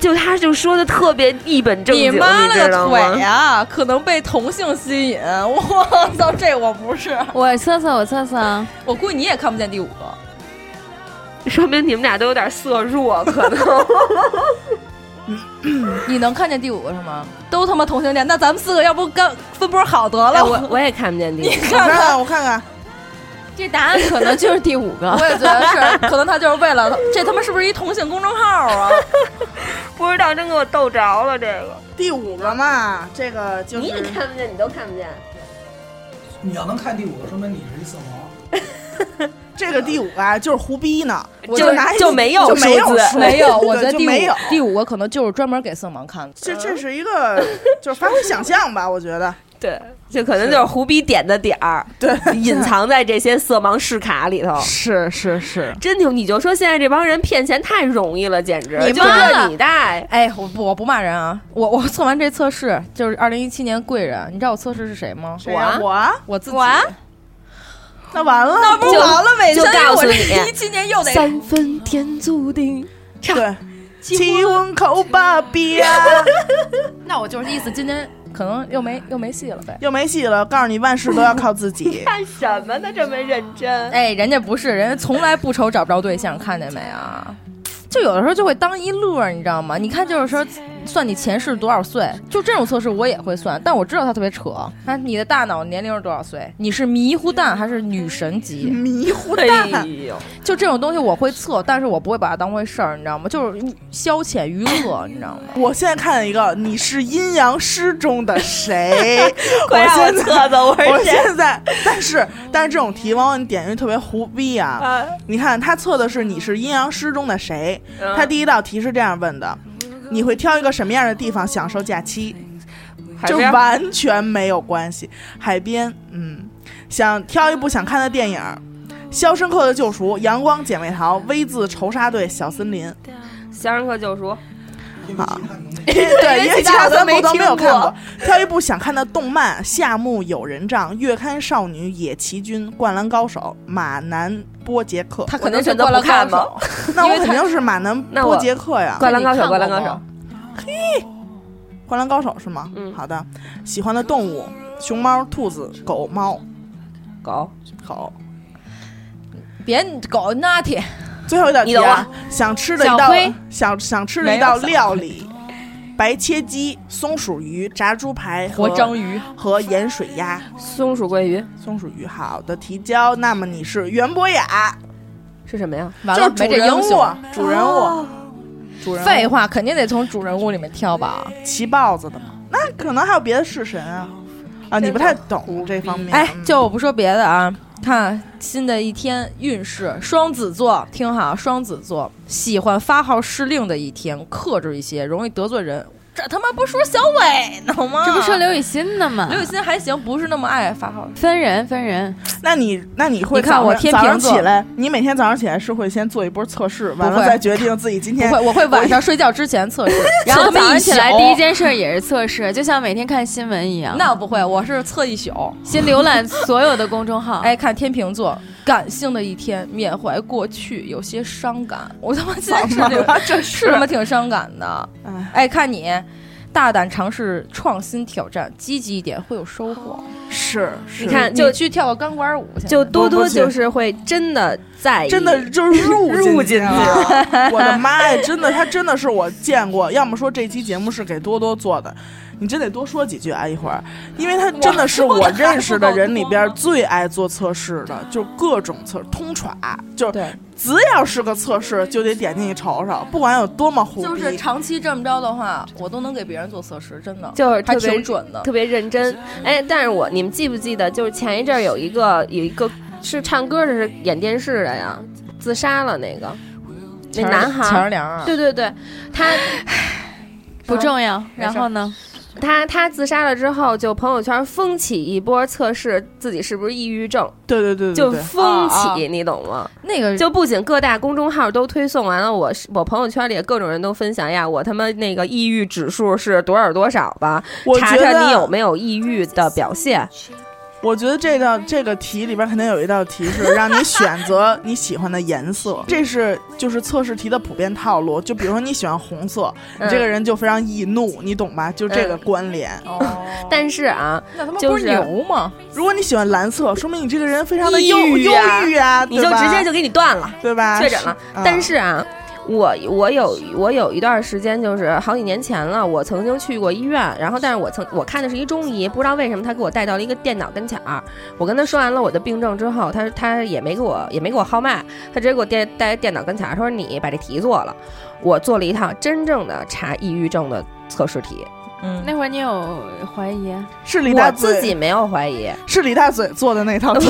Speaker 6: 就他就说的特别一本正经，你
Speaker 4: 妈了
Speaker 6: 知道
Speaker 4: 个
Speaker 6: 吗
Speaker 4: 腿？呀！可能被同性吸引，我操，这我不是，
Speaker 7: 我测测，我测啊测，
Speaker 4: 我估计你也看不见第五个。
Speaker 6: 说明你们俩都有点色弱，可 能
Speaker 4: 你能看见第五个是吗？都他妈同性恋，那咱们四个要不干分波好得了？
Speaker 6: 哎我我也看不见第一
Speaker 4: 你
Speaker 6: 个。
Speaker 3: 我
Speaker 4: 看
Speaker 3: 看
Speaker 4: 看，
Speaker 3: 看，我看看，
Speaker 7: 这答案可能就是第五个。
Speaker 4: 我也觉得是，可能他就是为 了这他妈是不是一同性公众号 啊？
Speaker 6: 不知道，真给我逗着了这个。
Speaker 3: 第五个嘛，这个就
Speaker 6: 你也
Speaker 3: 是
Speaker 6: 看不见，你都看不见。
Speaker 8: 你要能看第五个，说明你是一色盲。
Speaker 3: 这个第五个啊，就是胡逼呢，我
Speaker 6: 就
Speaker 3: 拿一
Speaker 6: 就没有
Speaker 3: 就没有
Speaker 6: 数字
Speaker 3: 数
Speaker 4: 没 有，我觉得
Speaker 3: 对就
Speaker 4: 第五
Speaker 3: 没有。
Speaker 4: 第五个可能就是专门给色盲看的。
Speaker 3: 这这是一个，就是发挥想象吧，我觉得。
Speaker 6: 对，就可能就是胡逼点的点儿，对，隐藏在这些色盲试卡里头。
Speaker 3: 是是是，
Speaker 6: 真牛！你就说现在这帮人骗钱太容易了，简直
Speaker 4: 你
Speaker 6: 就
Speaker 4: 妈
Speaker 6: 这
Speaker 4: 了
Speaker 6: 你带，
Speaker 4: 哎，我不我不骂人啊，我我做完这测试就是二零一七年贵人，你知道我测试是谁吗？
Speaker 3: 谁呀？我啊
Speaker 4: 我自己。
Speaker 7: 我啊
Speaker 3: 那完了，那
Speaker 6: 不就完
Speaker 3: 了呗
Speaker 6: 就告诉你
Speaker 4: 哎一，七年又得
Speaker 6: 三分天注定。
Speaker 3: 对，气温口巴比啊，
Speaker 4: 那我就是意思，今天可能又没又没戏了呗。
Speaker 3: 又没戏了。告诉你，万事都要靠自己。
Speaker 6: 干什么呢？这么认 真？
Speaker 4: 哎，人家不是，人家从来不愁找不着对象，看见没啊？就有的时候就会当一乐儿，你知道吗？你看，就是说算你前世多少岁，就这种测试我也会算，但我知道它特别扯。那你的大脑年龄是多少岁？你是迷糊蛋还是女神级？
Speaker 3: 迷糊
Speaker 6: 哎
Speaker 3: 蛋，
Speaker 6: 呦，
Speaker 4: 就这种东西我会测，但是我不会把它当回事儿，你知道吗？就是消遣娱乐，你知道吗？
Speaker 3: 我现在看了一个，你是阴阳师中的 谁？我
Speaker 6: 快让我
Speaker 3: 现在。
Speaker 6: 测测，我
Speaker 3: 我
Speaker 6: 是谁？
Speaker 3: 现在，但是但是这种题往往你点进去特别胡逼啊！
Speaker 6: 啊
Speaker 3: 你看他测的是你是阴阳师中的谁，
Speaker 6: 嗯
Speaker 3: 他第一道题是这样问的：你会挑一个什么样的地方享受假期？
Speaker 6: 海
Speaker 3: 就
Speaker 6: 边
Speaker 3: 完全没有关系。海边，嗯，想挑一部想看的电影，《肖申克的救赎》《阳光姐妹淘》《V 字仇杀队》《小森林》
Speaker 6: 肖申克救赎，
Speaker 3: 啊。对，因为其他三部都没有
Speaker 6: 因为其他我都没听
Speaker 3: 看
Speaker 6: 过。
Speaker 3: 挑一部想看的动漫，《夏目友人帐》《月刊少女》《野崎君》《灌篮高手》《马南波杰克》。
Speaker 4: 他
Speaker 6: 我
Speaker 4: 肯
Speaker 6: 能
Speaker 4: 定
Speaker 6: 选
Speaker 4: 是
Speaker 6: 择
Speaker 4: 灌
Speaker 6: 不
Speaker 4: 篮
Speaker 6: 看
Speaker 4: 高
Speaker 6: 吗
Speaker 4: 手，？
Speaker 3: 那
Speaker 4: 因
Speaker 3: 我
Speaker 4: 为
Speaker 3: 肯
Speaker 4: 他
Speaker 3: 定是马南
Speaker 6: 那
Speaker 3: 波
Speaker 6: 我
Speaker 3: 杰克呀，
Speaker 6: 灌篮
Speaker 4: 你
Speaker 6: 高手，
Speaker 4: 看
Speaker 6: 灌篮
Speaker 4: 过
Speaker 6: 高手
Speaker 4: 吗，
Speaker 3: 《灌篮高手》是吗？
Speaker 6: 嗯
Speaker 3: 好的。喜欢的动物：熊猫、兔子、狗、猫、
Speaker 6: 狗，
Speaker 3: 狗。
Speaker 4: 别搞那天
Speaker 3: 最后一道题
Speaker 6: 你懂
Speaker 3: 啊
Speaker 6: 啊，
Speaker 3: 想吃的一
Speaker 7: 小
Speaker 3: 道
Speaker 7: 灰
Speaker 3: 想想吃的一道料理：白切鸡、松鼠鱼、炸猪排和
Speaker 4: 活章鱼，
Speaker 3: 和盐水鸭。
Speaker 6: 松鼠桂鱼
Speaker 3: 松鼠鱼，好的，提交。那么你是袁博雅，
Speaker 6: 是什么呀？
Speaker 4: 完
Speaker 3: 就
Speaker 4: 了啊
Speaker 3: 是
Speaker 4: 没
Speaker 3: 主
Speaker 4: 这
Speaker 3: 人
Speaker 4: 英
Speaker 3: 物
Speaker 4: 雄。，哦
Speaker 3: 主人物，主人物
Speaker 4: 废话，肯定得从主人物里面挑吧。
Speaker 3: 骑豹子的嘛。那可能还有别的式神啊啊，你不太懂这方面。
Speaker 4: 哎，
Speaker 3: 嗯
Speaker 4: 就我不说别的啊，看新的一天运势，双子座，听好，双子座喜欢发号施令的一天，克制一些，容易得罪人。这他妈不说小伟呢吗？
Speaker 7: 这不说刘雨欣呢吗？
Speaker 4: 刘雨欣还行，不是那么爱发号。
Speaker 7: 分人分人，
Speaker 3: 那你那你会
Speaker 4: 你看我
Speaker 3: 早上
Speaker 4: 天
Speaker 3: 早上
Speaker 4: 秤座
Speaker 3: 起来，你每天早上起来是会先做一波测试，完
Speaker 4: 不
Speaker 3: 了
Speaker 4: 会
Speaker 3: 再决定自己今
Speaker 4: 不
Speaker 3: 天
Speaker 4: 会，我会晚上睡觉之前测试，
Speaker 7: 然后
Speaker 4: 测这
Speaker 7: 早
Speaker 4: 么
Speaker 7: 上
Speaker 4: 一
Speaker 7: 起来
Speaker 4: 宿
Speaker 7: 第一，件事也是测试，就像每天看新闻一样。
Speaker 4: 那我不会，我是测一宿。
Speaker 7: 先浏览所有的公众号，
Speaker 4: 哎，看天秤座，感性的一天，缅怀过去，有些伤感。我他妈现在是这个，这是他妈挺伤感的。
Speaker 3: 哎
Speaker 4: 哎，看你，大胆尝试创新挑战，积极一点会有收获。
Speaker 3: 是是
Speaker 6: 你看就
Speaker 4: 你去跳个钢管舞去，
Speaker 6: 就多
Speaker 3: 不
Speaker 6: 多
Speaker 3: 是
Speaker 6: 就是会真的在意，
Speaker 3: 真的就是入
Speaker 6: 入
Speaker 3: 进
Speaker 6: 进
Speaker 3: 去了。我的妈呀，真的，他真的是我见过，要么说这期节目是给多多做的。你真得多说几句啊，一会儿，因为他真的是我认识的人里边最爱做测试的，就各种测通耍，就是
Speaker 4: 对，
Speaker 3: 只要是个测试就得点进去瞅瞅，不管有多么胡逼。
Speaker 4: 就是长期这么着的话，我都能给别人做测试，真的
Speaker 6: 就是
Speaker 4: 还
Speaker 6: 特别
Speaker 4: 挺准的。
Speaker 6: 特别认真。哎，但是我你们记不记得，就是前一阵儿有一个有一个是唱歌的，是演电视的呀，自杀了那个那
Speaker 4: 钱儿
Speaker 6: 男孩
Speaker 4: 钱儿
Speaker 6: 儿，
Speaker 4: 良
Speaker 3: 嗯
Speaker 4: 啊，
Speaker 6: 对对对，他
Speaker 7: 不重要。
Speaker 4: 没事
Speaker 7: 然后呢？
Speaker 6: 他他自杀了之后，就朋友圈风起一波测试自己是不是抑郁症，
Speaker 3: 对对对对
Speaker 6: 就
Speaker 3: 对，
Speaker 6: 风
Speaker 4: 啊啊
Speaker 6: 起，你懂吗？
Speaker 4: 那个
Speaker 6: 就不仅各大公众号都推送完了，我是我朋友圈里各种人都分享呀，我他妈那个抑郁指数是多少多少吧，
Speaker 3: 我
Speaker 6: 查
Speaker 3: 觉
Speaker 6: 查你有
Speaker 3: 得，
Speaker 6: 没有抑郁的表现。
Speaker 3: 我觉得这道
Speaker 6: 嗯
Speaker 3: 这个题里边肯定有一道题是让你选择 你喜欢的颜色，
Speaker 6: 嗯
Speaker 3: 这是就是测试题的普遍套路。就比如说你喜欢红色，你这个
Speaker 6: 嗯，
Speaker 3: 人就非常易怒，你懂吧？就这个关联。
Speaker 4: 哦，
Speaker 6: 但是啊，
Speaker 4: 那他妈
Speaker 6: 就
Speaker 4: 不是
Speaker 6: 是
Speaker 4: 牛吗？
Speaker 3: 如果你喜欢蓝色，说明你这个人非常的
Speaker 6: 抑
Speaker 3: 忧
Speaker 6: 郁
Speaker 3: 忧
Speaker 6: 啊
Speaker 3: 郁啊，
Speaker 6: 你就
Speaker 3: 对吧
Speaker 6: 直接就给你断了，
Speaker 3: 对吧？
Speaker 6: 确诊了。
Speaker 3: 啊
Speaker 6: 但是啊，我我有我有一段时间就是好几年前了，我曾经去过医院，然后但是我曾我看的是一中医，不知道为什么他给我带到了一个电脑跟前儿。我跟他说完了我的病症之后，他他也没给我也没给我号脉，他直接给我带带电脑跟前儿，他说你把这题做了。我做了一套真正的查抑郁症的测试题，
Speaker 4: 嗯，
Speaker 7: 那会儿你有怀疑？
Speaker 3: 是李大
Speaker 6: 我
Speaker 3: 嘴
Speaker 6: 自己没有怀疑，
Speaker 3: 是李大嘴做的那套题，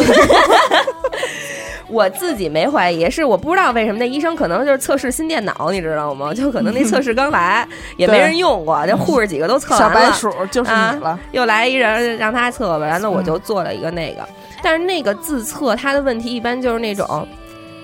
Speaker 6: 我自己没怀疑，是我不知道为什么那医生可能就是测试新电脑，你知道 吗？就可能那测试刚来，也没人用过，这护士几个都测
Speaker 3: 小
Speaker 6: 完了，啊
Speaker 3: 白鼠就是你了，
Speaker 6: 又来一人让他测吧，然后我就做了一个那个，但是那个自测它的问题一般就是那种。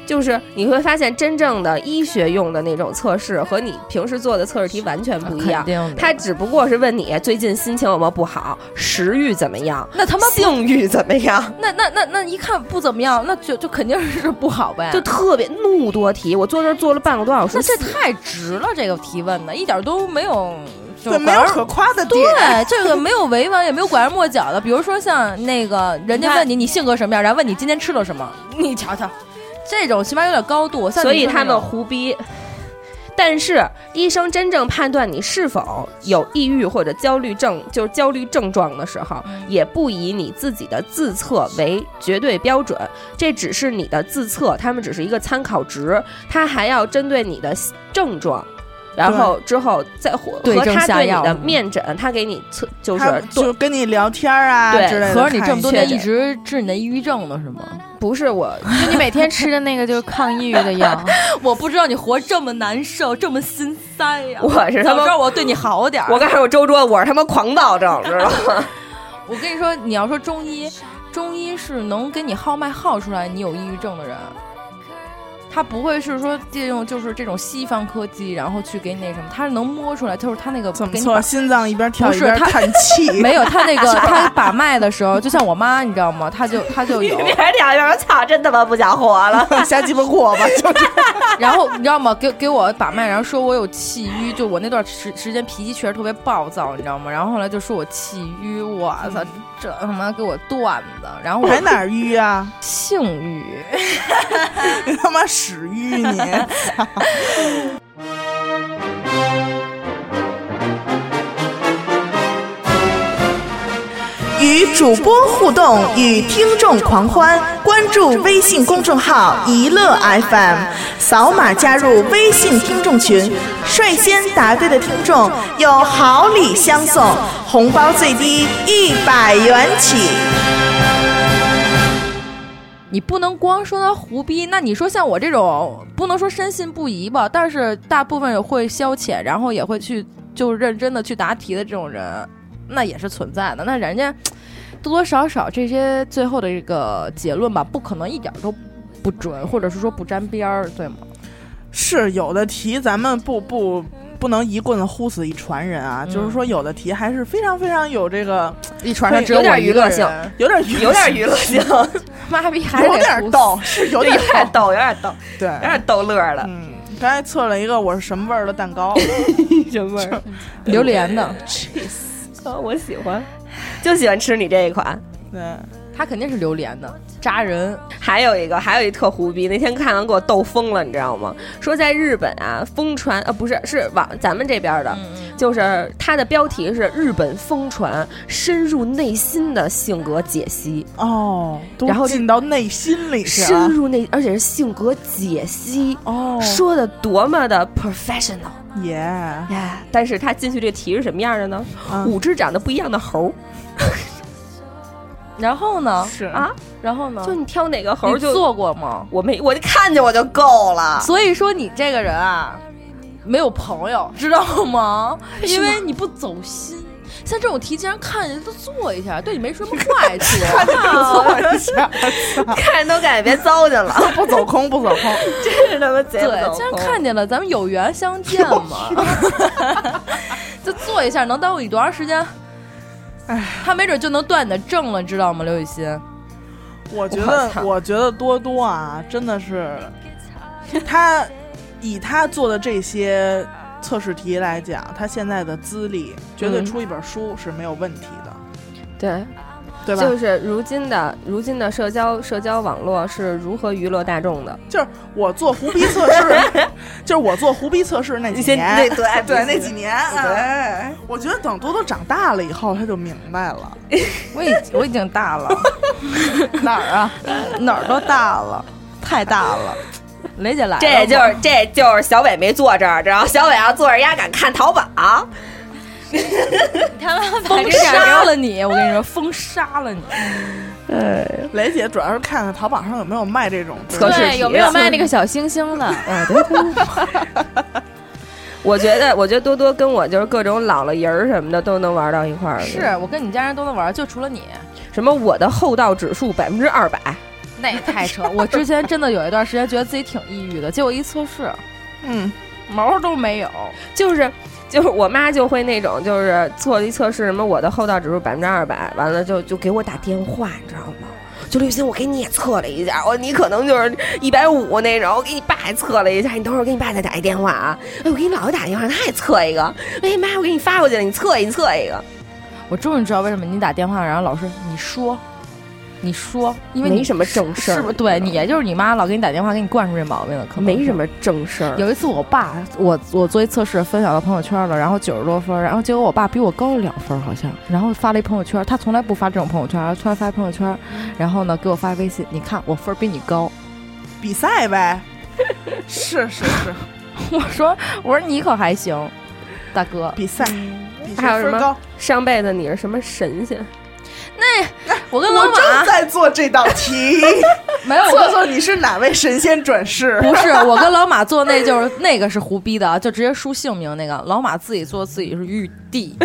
Speaker 6: 就是你会发现，真正的医学用的那种测试和你平时做的测试题完全不一样
Speaker 4: 肯。定的
Speaker 6: 它只不过是问你最近心情有没有不好，食欲怎么 样，
Speaker 4: 那他妈不
Speaker 6: 性欲怎么样，
Speaker 4: 那那那那一看不怎么样，那就就肯定是不好呗。
Speaker 6: 就特别怒多题。我坐这儿坐了半个多小时，
Speaker 4: 那这太直了，这个提问的一点都没有，就
Speaker 3: 对，没有
Speaker 4: 拐弯
Speaker 3: 可夸的点。
Speaker 4: 对，这个没有委婉，也没有拐弯抹角的。比如说像那个人家问你你性格什么样，然后问你今天吃了什么， 你瞧瞧，这种起码有点高度。像
Speaker 6: 所
Speaker 4: 你
Speaker 6: 以
Speaker 4: 说
Speaker 6: 他
Speaker 4: 那
Speaker 6: 们
Speaker 4: 种
Speaker 6: 胡逼。但是医生真正判断你是否有抑郁或者焦虑症，就是焦虑症状的时候，
Speaker 4: 嗯
Speaker 6: 也不以你自己的自测为绝对标准，这只是你的自测，他们只是一个参考值，他还要针对你的症状。然后之后再和
Speaker 4: 对
Speaker 6: 和
Speaker 4: 症
Speaker 6: 他
Speaker 4: 下
Speaker 6: 对你
Speaker 4: 药嗯
Speaker 6: 的面诊，他给你测就是
Speaker 3: 他
Speaker 6: 对
Speaker 3: 就跟你聊天啊
Speaker 6: 对
Speaker 3: 之类的。
Speaker 4: 合着你这么多年
Speaker 6: 确
Speaker 4: 一
Speaker 6: 诊
Speaker 4: 直治你的抑郁症呢，是吗？
Speaker 6: 不是我
Speaker 7: 就你每天吃的那个就是抗抑郁的药，
Speaker 4: 我不知道你活这么难受，这么心塞呀、
Speaker 6: 我是他
Speaker 4: 早
Speaker 6: 妈
Speaker 4: 知道我对你好点儿。
Speaker 6: 我告诉我周桌，我是他妈狂躁症，知道 吗？
Speaker 4: 我跟你说，你要说中医，中医是能给你号脉号出来你有抑郁症的人，他不会是说借用就是这种西方科技，然后去给你那什么，他是能摸出来，就是他那个
Speaker 3: 怎么
Speaker 4: 给你
Speaker 3: 错？
Speaker 4: 把
Speaker 3: 心脏一边跳
Speaker 4: 不
Speaker 3: 一
Speaker 4: 是
Speaker 3: 边
Speaker 4: 他
Speaker 3: 叹气，
Speaker 4: 没有他那个他把脉的时候，就像我妈，你知道吗？他就他就有，
Speaker 6: 你还两样，操，真他妈不想活了。
Speaker 3: 瞎鸡巴过吧，就是
Speaker 4: 然后你知道吗？给给我把脉，然后说我有气郁，就我那段时时间脾气确实特别暴躁，你知道吗？然后后来就说我气郁，我操，这他妈给我断的。然后我
Speaker 3: 还哪儿淤啊？
Speaker 4: 性欲。
Speaker 3: 你他妈屎淤你！ 与主播互动，与听众狂欢。关注微信公众号“一乐 FM”，扫码加入微信听众群，率先答对的听众有好礼相送，红包最低一百元起。
Speaker 4: 你不能光说他胡逼，那你说像我这种，不能说深信不疑吧，但是大部分会消遣，然后也会去就认真的去答题的这种人，那也是存在的。那人家多多少少这些最后的这个结论吧，不可能一点都不准，或者是说不沾边儿，对吗？
Speaker 3: 是有的题咱们不不不能一棍子呼死一船人啊，就是说有的题还是非常非常有这个
Speaker 4: 一船上
Speaker 3: 对
Speaker 4: 只有
Speaker 6: 有点
Speaker 4: 我一
Speaker 6: 娱
Speaker 4: 个
Speaker 6: 乐
Speaker 4: 人
Speaker 6: 性
Speaker 3: 有点娱
Speaker 6: 有点娱 乐性，
Speaker 4: 妈逼还是
Speaker 3: 有
Speaker 4: 得
Speaker 3: 点
Speaker 4: 胡
Speaker 3: 逗，是有
Speaker 6: 有
Speaker 3: 点
Speaker 6: 点
Speaker 3: 逗，
Speaker 6: 逗，有点逗，
Speaker 3: 对
Speaker 6: 有，点逗乐了。
Speaker 3: 嗯。刚才测了一个我是什么味儿的蛋糕，
Speaker 6: 什么味儿？
Speaker 4: 榴莲的，
Speaker 6: 啊我喜欢，就喜欢吃你这一款。
Speaker 3: 对，
Speaker 4: 他肯定是榴莲的，扎人。
Speaker 6: 还有一个，还有一特胡逼，那天看完给我逗疯了，你知道吗？说在日本啊，疯传啊，不是，是网咱们这边的，就是它的标题是“日本疯传深入内心的性格解析
Speaker 3: 哦，都
Speaker 6: 然后
Speaker 3: 进到内心”，里去
Speaker 6: 深
Speaker 3: 了，
Speaker 6: 入内，而且是性格解析，
Speaker 3: 啊哦，
Speaker 6: 说的多么的 professional。
Speaker 3: 耶，
Speaker 6: 哎，但是他进去这题是什么样的呢？
Speaker 3: 嗯
Speaker 6: 五只长得不一样的猴
Speaker 4: 然后呢？
Speaker 3: 是
Speaker 6: 儿，啊，
Speaker 4: 然后呢？
Speaker 6: 就你挑哪个猴儿
Speaker 4: 你
Speaker 6: 就
Speaker 4: 做过吗？
Speaker 6: 我没我就看见我就够 了。
Speaker 4: 所以说你这个人啊，没有朋友，知道吗？因为你不走心。像这种题，竟然看人都做一下，对你没什么坏处。
Speaker 6: 看人都感觉别糟践了，
Speaker 3: 不走空不走空，
Speaker 6: 真是他妈贼不
Speaker 4: 对，
Speaker 6: 走
Speaker 4: 既然
Speaker 6: 空
Speaker 4: 看见了，咱们有缘相见嘛，就做一下，能耽误你多长时间？他没准就能断你的症了，知道吗，刘雨欣？
Speaker 3: 我觉
Speaker 6: 我
Speaker 3: 得，
Speaker 6: 操
Speaker 3: 我觉得多多啊，真的 是他以他做的这些测试题来讲，他现在的资历绝对
Speaker 6: 嗯
Speaker 3: 出一本书是没有问题的，
Speaker 6: 对，
Speaker 3: 对吧？
Speaker 6: 就是如今的如今的社交社交网络是如何娱乐大众的？
Speaker 3: 就是我做胡逼测 试，就是我做胡逼测试那几
Speaker 6: 那
Speaker 3: 年，
Speaker 6: 对
Speaker 3: 对那几年，哎
Speaker 6: 对，
Speaker 3: 我觉得等多多长大了以后，他就明白 了
Speaker 4: 我已我已经大了，
Speaker 3: 哪儿啊，哪儿都大了，太大了。
Speaker 4: 雷姐来了吗，
Speaker 6: 这就是这就是小伟没坐这儿，然后小伟要坐这儿，丫敢看淘宝，
Speaker 7: 他妈把
Speaker 4: 封
Speaker 7: 这点儿
Speaker 4: 杀了你！我跟你说，封杀了你！
Speaker 3: 雷姐主要是看看淘宝上有没有卖这种
Speaker 7: 给我
Speaker 6: 测试
Speaker 7: 对，
Speaker 6: 题
Speaker 7: 有没有卖那个小星星的？
Speaker 6: 我觉得，我觉得多多跟我就是各种老了人儿什么的都能玩到一块儿，
Speaker 4: 是我跟你家人都能玩，就除了你，
Speaker 6: 什么我的厚道指数百分之二百，
Speaker 4: 那也太扯！我之前真的有一段时间觉得自己挺抑郁的，结果一测试
Speaker 3: 嗯，
Speaker 4: 毛都没有。
Speaker 6: 就是就是我妈就会那种就是做一测试什么我的厚道指数百分之二百，完了就就给我打电话，你知道吗？就刘鑫，我给你也测了一下，我你可能就是一百五那种，我给你爸也测了一下，你等会儿我给你爸再打一电话啊。哎，我给你姥姥打一电话，他也测一个。哎妈，我给你发过去了，你测一测一个。
Speaker 4: 我终于知道为什么你打电话，然后老师你说，你说，因为你
Speaker 6: 没什么正事儿，
Speaker 4: 是不是？对你，也就是你妈老给你打电话，给你惯出这毛病了，可能
Speaker 6: 没
Speaker 4: 是
Speaker 6: 什。么正事儿。
Speaker 4: 有一次，我爸，我我做一测试分享到朋友圈了，然后九十多分，然后结果我爸比我高了两分好像，然后发了一朋友圈，他从来不发这种朋友圈，然后突然发朋友圈，然后呢给我发微信，你看我分儿比你高，
Speaker 3: 比赛呗，是是是，
Speaker 4: 我说我说你可还行，大哥，
Speaker 3: 比赛，
Speaker 4: 嗯
Speaker 3: 比
Speaker 6: 还有
Speaker 3: 赛
Speaker 6: 什
Speaker 3: 分
Speaker 6: 么
Speaker 3: 高。
Speaker 6: 上辈子你是什么神仙？
Speaker 4: 我跟
Speaker 3: 我正在做这道 题，
Speaker 4: 没有
Speaker 3: 测测你是哪位神仙转世。
Speaker 4: 不是，我跟老马做那就是那个是胡逼的，啊，就直接输姓名那个。老马自己做自己是玉 帝，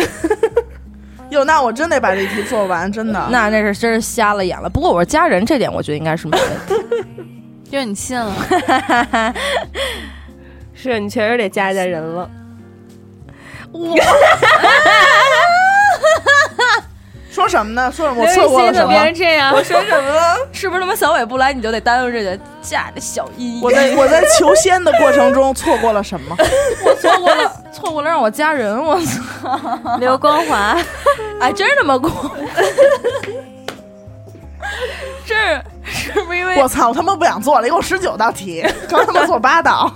Speaker 3: 哟，那我真得把这题做完，真的。
Speaker 4: 那那是真是瞎了眼了。不过我是家人，这点我觉得应该是没问题。
Speaker 7: 就你信了？
Speaker 6: 是你确实得加加人了。
Speaker 3: 说什么呢？说什么？我错过了什
Speaker 6: 怎么
Speaker 3: 么
Speaker 6: 变？成这样？我说什么了？
Speaker 4: 是不是他妈小伟不来你就得担忧这个嫁的小姨？
Speaker 3: 我在我在求仙的过程中错过了什么？
Speaker 4: 我错过了，错过了让我家人，我操！
Speaker 7: 刘光华，
Speaker 4: 哎，真是他妈过。这是不是因为
Speaker 3: 我操，我他妈不想做了，一共十九道题，刚他妈做八道，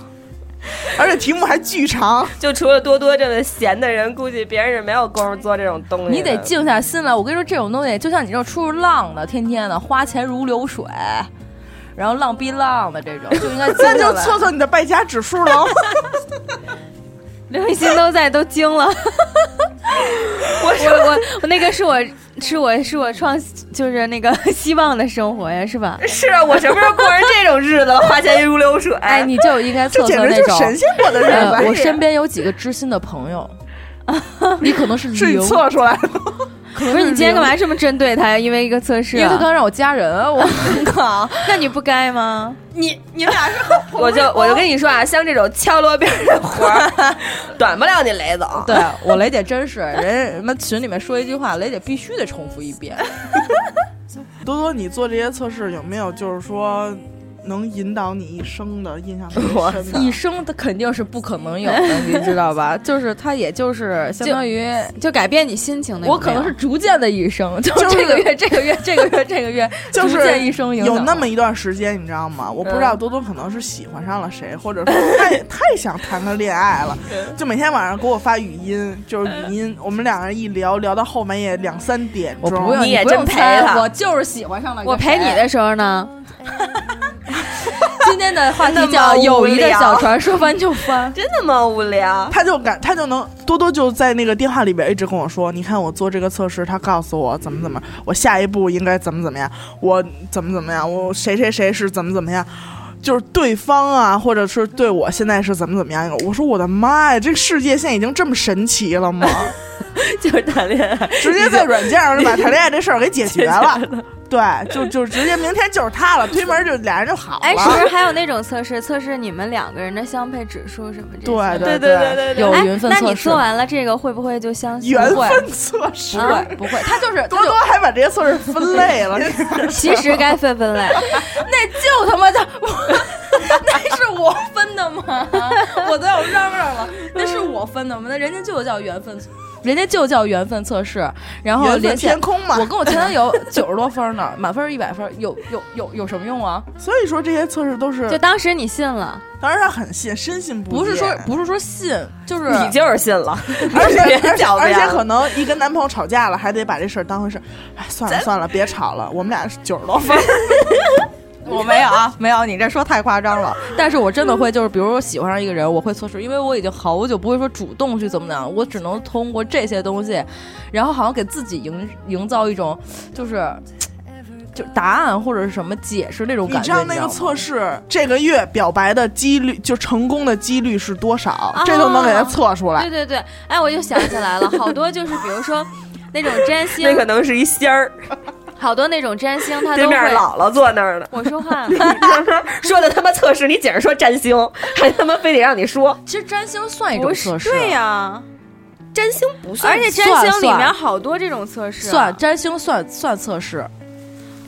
Speaker 3: 而且题目还 巨长。
Speaker 6: 就除了多多这么闲的人，估计别人是没有功夫做这种东西 的。
Speaker 4: 你得静下心来。我跟你说，这种东西就像你这种出入浪的，天天的花钱如流水，然后浪逼浪的这种，就应该静
Speaker 3: 那
Speaker 4: 下
Speaker 3: 就
Speaker 4: 来。
Speaker 3: 测测你的败家指数 喽。
Speaker 7: 刘雨欣都在，都惊了。我我我那个是我是我是我创就是那个 希望的生活呀，是吧？
Speaker 6: 是啊，我什么时候过上这种日子了？花钱如流水。
Speaker 4: 哎，你就 应该
Speaker 3: 这
Speaker 4: 测
Speaker 3: 简
Speaker 4: 测
Speaker 3: 直
Speaker 4: 那
Speaker 3: 就是神
Speaker 4: 种。
Speaker 3: 仙过的日
Speaker 4: 呃，
Speaker 3: 子。哎
Speaker 4: 我身边有几个知心的朋友， 你可能是
Speaker 3: 是你
Speaker 4: 零，
Speaker 3: 测出来的，
Speaker 4: 可能
Speaker 7: 不是你今天干
Speaker 4: 零？
Speaker 7: 嘛这么针对他呀？因为一个测试
Speaker 4: 因为他
Speaker 7: 啊、
Speaker 4: 刚让我加人，我靠！
Speaker 7: 那你不该吗？
Speaker 6: 我就我就跟你说啊，像这种敲锣边儿的活儿，短不了你雷总。
Speaker 4: 对我雷姐真是人，什么群里面说一句话，雷姐必须得重复一遍。
Speaker 3: 多多，你做这些测试有没有就是说能引导你一生的印象特
Speaker 6: 我
Speaker 3: 别深
Speaker 4: 一
Speaker 3: 的？
Speaker 4: 生他肯定是不可能有的，你知道吧？就是他，也就是相 当于
Speaker 7: 就改变你心情的。
Speaker 4: 我可能是逐渐的一生，就
Speaker 3: 就是
Speaker 4: 这个月、这个月、这个月、这个月，
Speaker 3: 就是
Speaker 4: 逐渐一生影响嗯
Speaker 3: 有那么一段时间，你知道吗？我不知道多多可能是喜欢上了谁，或者说 太太想谈个恋爱了，
Speaker 4: 嗯
Speaker 3: 就每天晚上给我发语音，就是语音，我们两个人一聊聊到后半夜两三点
Speaker 4: 我
Speaker 3: 钟。
Speaker 4: 不用，
Speaker 6: 你也
Speaker 4: 不用
Speaker 6: 真陪
Speaker 4: 猜
Speaker 6: 他
Speaker 4: 我就是喜欢上了一个
Speaker 7: 我陪你
Speaker 4: 谁。
Speaker 7: 的时候呢，
Speaker 4: 今天的话
Speaker 6: 那
Speaker 4: 题
Speaker 6: 么
Speaker 4: 叫“友谊
Speaker 6: 无
Speaker 4: 的
Speaker 6: 聊
Speaker 4: 小船说翻就翻
Speaker 6: 真他妈无聊，
Speaker 3: 他就敢，他就能多多就在那个电话里边一直跟我说，你看我做这个测试，他告诉我怎么怎么，我下一步应该怎么怎么样，我怎么怎么样，我谁谁谁是怎么怎么样，就是对方啊，或者是对我现在是怎么怎么样。我说我的妈呀，这个世界现在已经这么神奇了吗？
Speaker 6: 就是谈恋爱。
Speaker 3: 直接在软件上就把谈恋爱这事儿给解决了，对，就就直接明天就是他了，推门就俩人就好
Speaker 7: 哎，是不
Speaker 3: 了。
Speaker 7: 是还有那种测试，测试你们两个人的相配指数什么这些？
Speaker 3: 对
Speaker 6: 对
Speaker 3: 对
Speaker 6: 对对对，
Speaker 4: 有
Speaker 7: 哎
Speaker 4: 缘分
Speaker 7: 那
Speaker 4: 测
Speaker 7: 你
Speaker 4: 试
Speaker 7: 做完了这个会不会就相信？
Speaker 3: 缘
Speaker 7: 不会
Speaker 3: 分测试，
Speaker 4: 不会不会，他就是
Speaker 3: 多多还把这些测试分类了。
Speaker 7: 其实该分分类。
Speaker 4: 那就他妈的，我 那是我分的吗？我都要嚷嚷了，那是我分的吗？那人家就叫缘分，人家就叫缘分测试，然后
Speaker 3: 缘分
Speaker 4: 连线
Speaker 3: 天。空嘛
Speaker 4: 我，跟我前男友九十多分呢，满分一百分，有有有有什么用啊？
Speaker 3: 所以说这些测试都是
Speaker 7: 就，当时你信了，
Speaker 3: 当然他很信，深信不疑。哎
Speaker 4: 不是说不是说信，就是
Speaker 6: 你就是信了，
Speaker 3: 而且
Speaker 6: 别
Speaker 3: 而且
Speaker 6: 狡
Speaker 3: 而
Speaker 6: 辩
Speaker 3: 且
Speaker 6: 了
Speaker 3: 可能一跟男朋友吵架 了，还得把这事儿当回事儿。哎，算了算了，别吵了，我们俩九十多分儿，
Speaker 4: 我没有啊，没有，你这说太夸张了。但是我真的会，就是比如说喜欢上一个人，我会测试，因为我已经好久不会说主动去怎么样，我只能通过这些东西，然后好像给自己营营造一种就是。就答案或者是什么解释那种
Speaker 3: 你
Speaker 4: 感
Speaker 3: 知
Speaker 4: 觉，
Speaker 3: 道
Speaker 4: 你
Speaker 3: 那个
Speaker 4: 吗
Speaker 3: 测试这个月表白的几率，就成功的几率是多少？这都能给他测出来
Speaker 7: 对。对对，哎，我就想起来了，好多就是比如说那种占星，啊
Speaker 6: 那可能是一仙儿，
Speaker 7: 好多那种占星，他
Speaker 6: 对
Speaker 7: 都
Speaker 6: 面
Speaker 7: 会。，
Speaker 6: 姥姥坐那儿呢
Speaker 7: 我说话了，
Speaker 6: 说的他妈测试，你姐是说占星，还他妈非得让你说
Speaker 4: 其实占星算一
Speaker 7: 不
Speaker 4: 种
Speaker 7: 是
Speaker 4: 测
Speaker 3: 啊
Speaker 4: 试，
Speaker 7: 对呀、
Speaker 6: 占星不算
Speaker 7: 而且占
Speaker 4: 算
Speaker 7: 星里
Speaker 4: 算
Speaker 7: 面啊好多这种测试、
Speaker 4: 算。占星算算测试，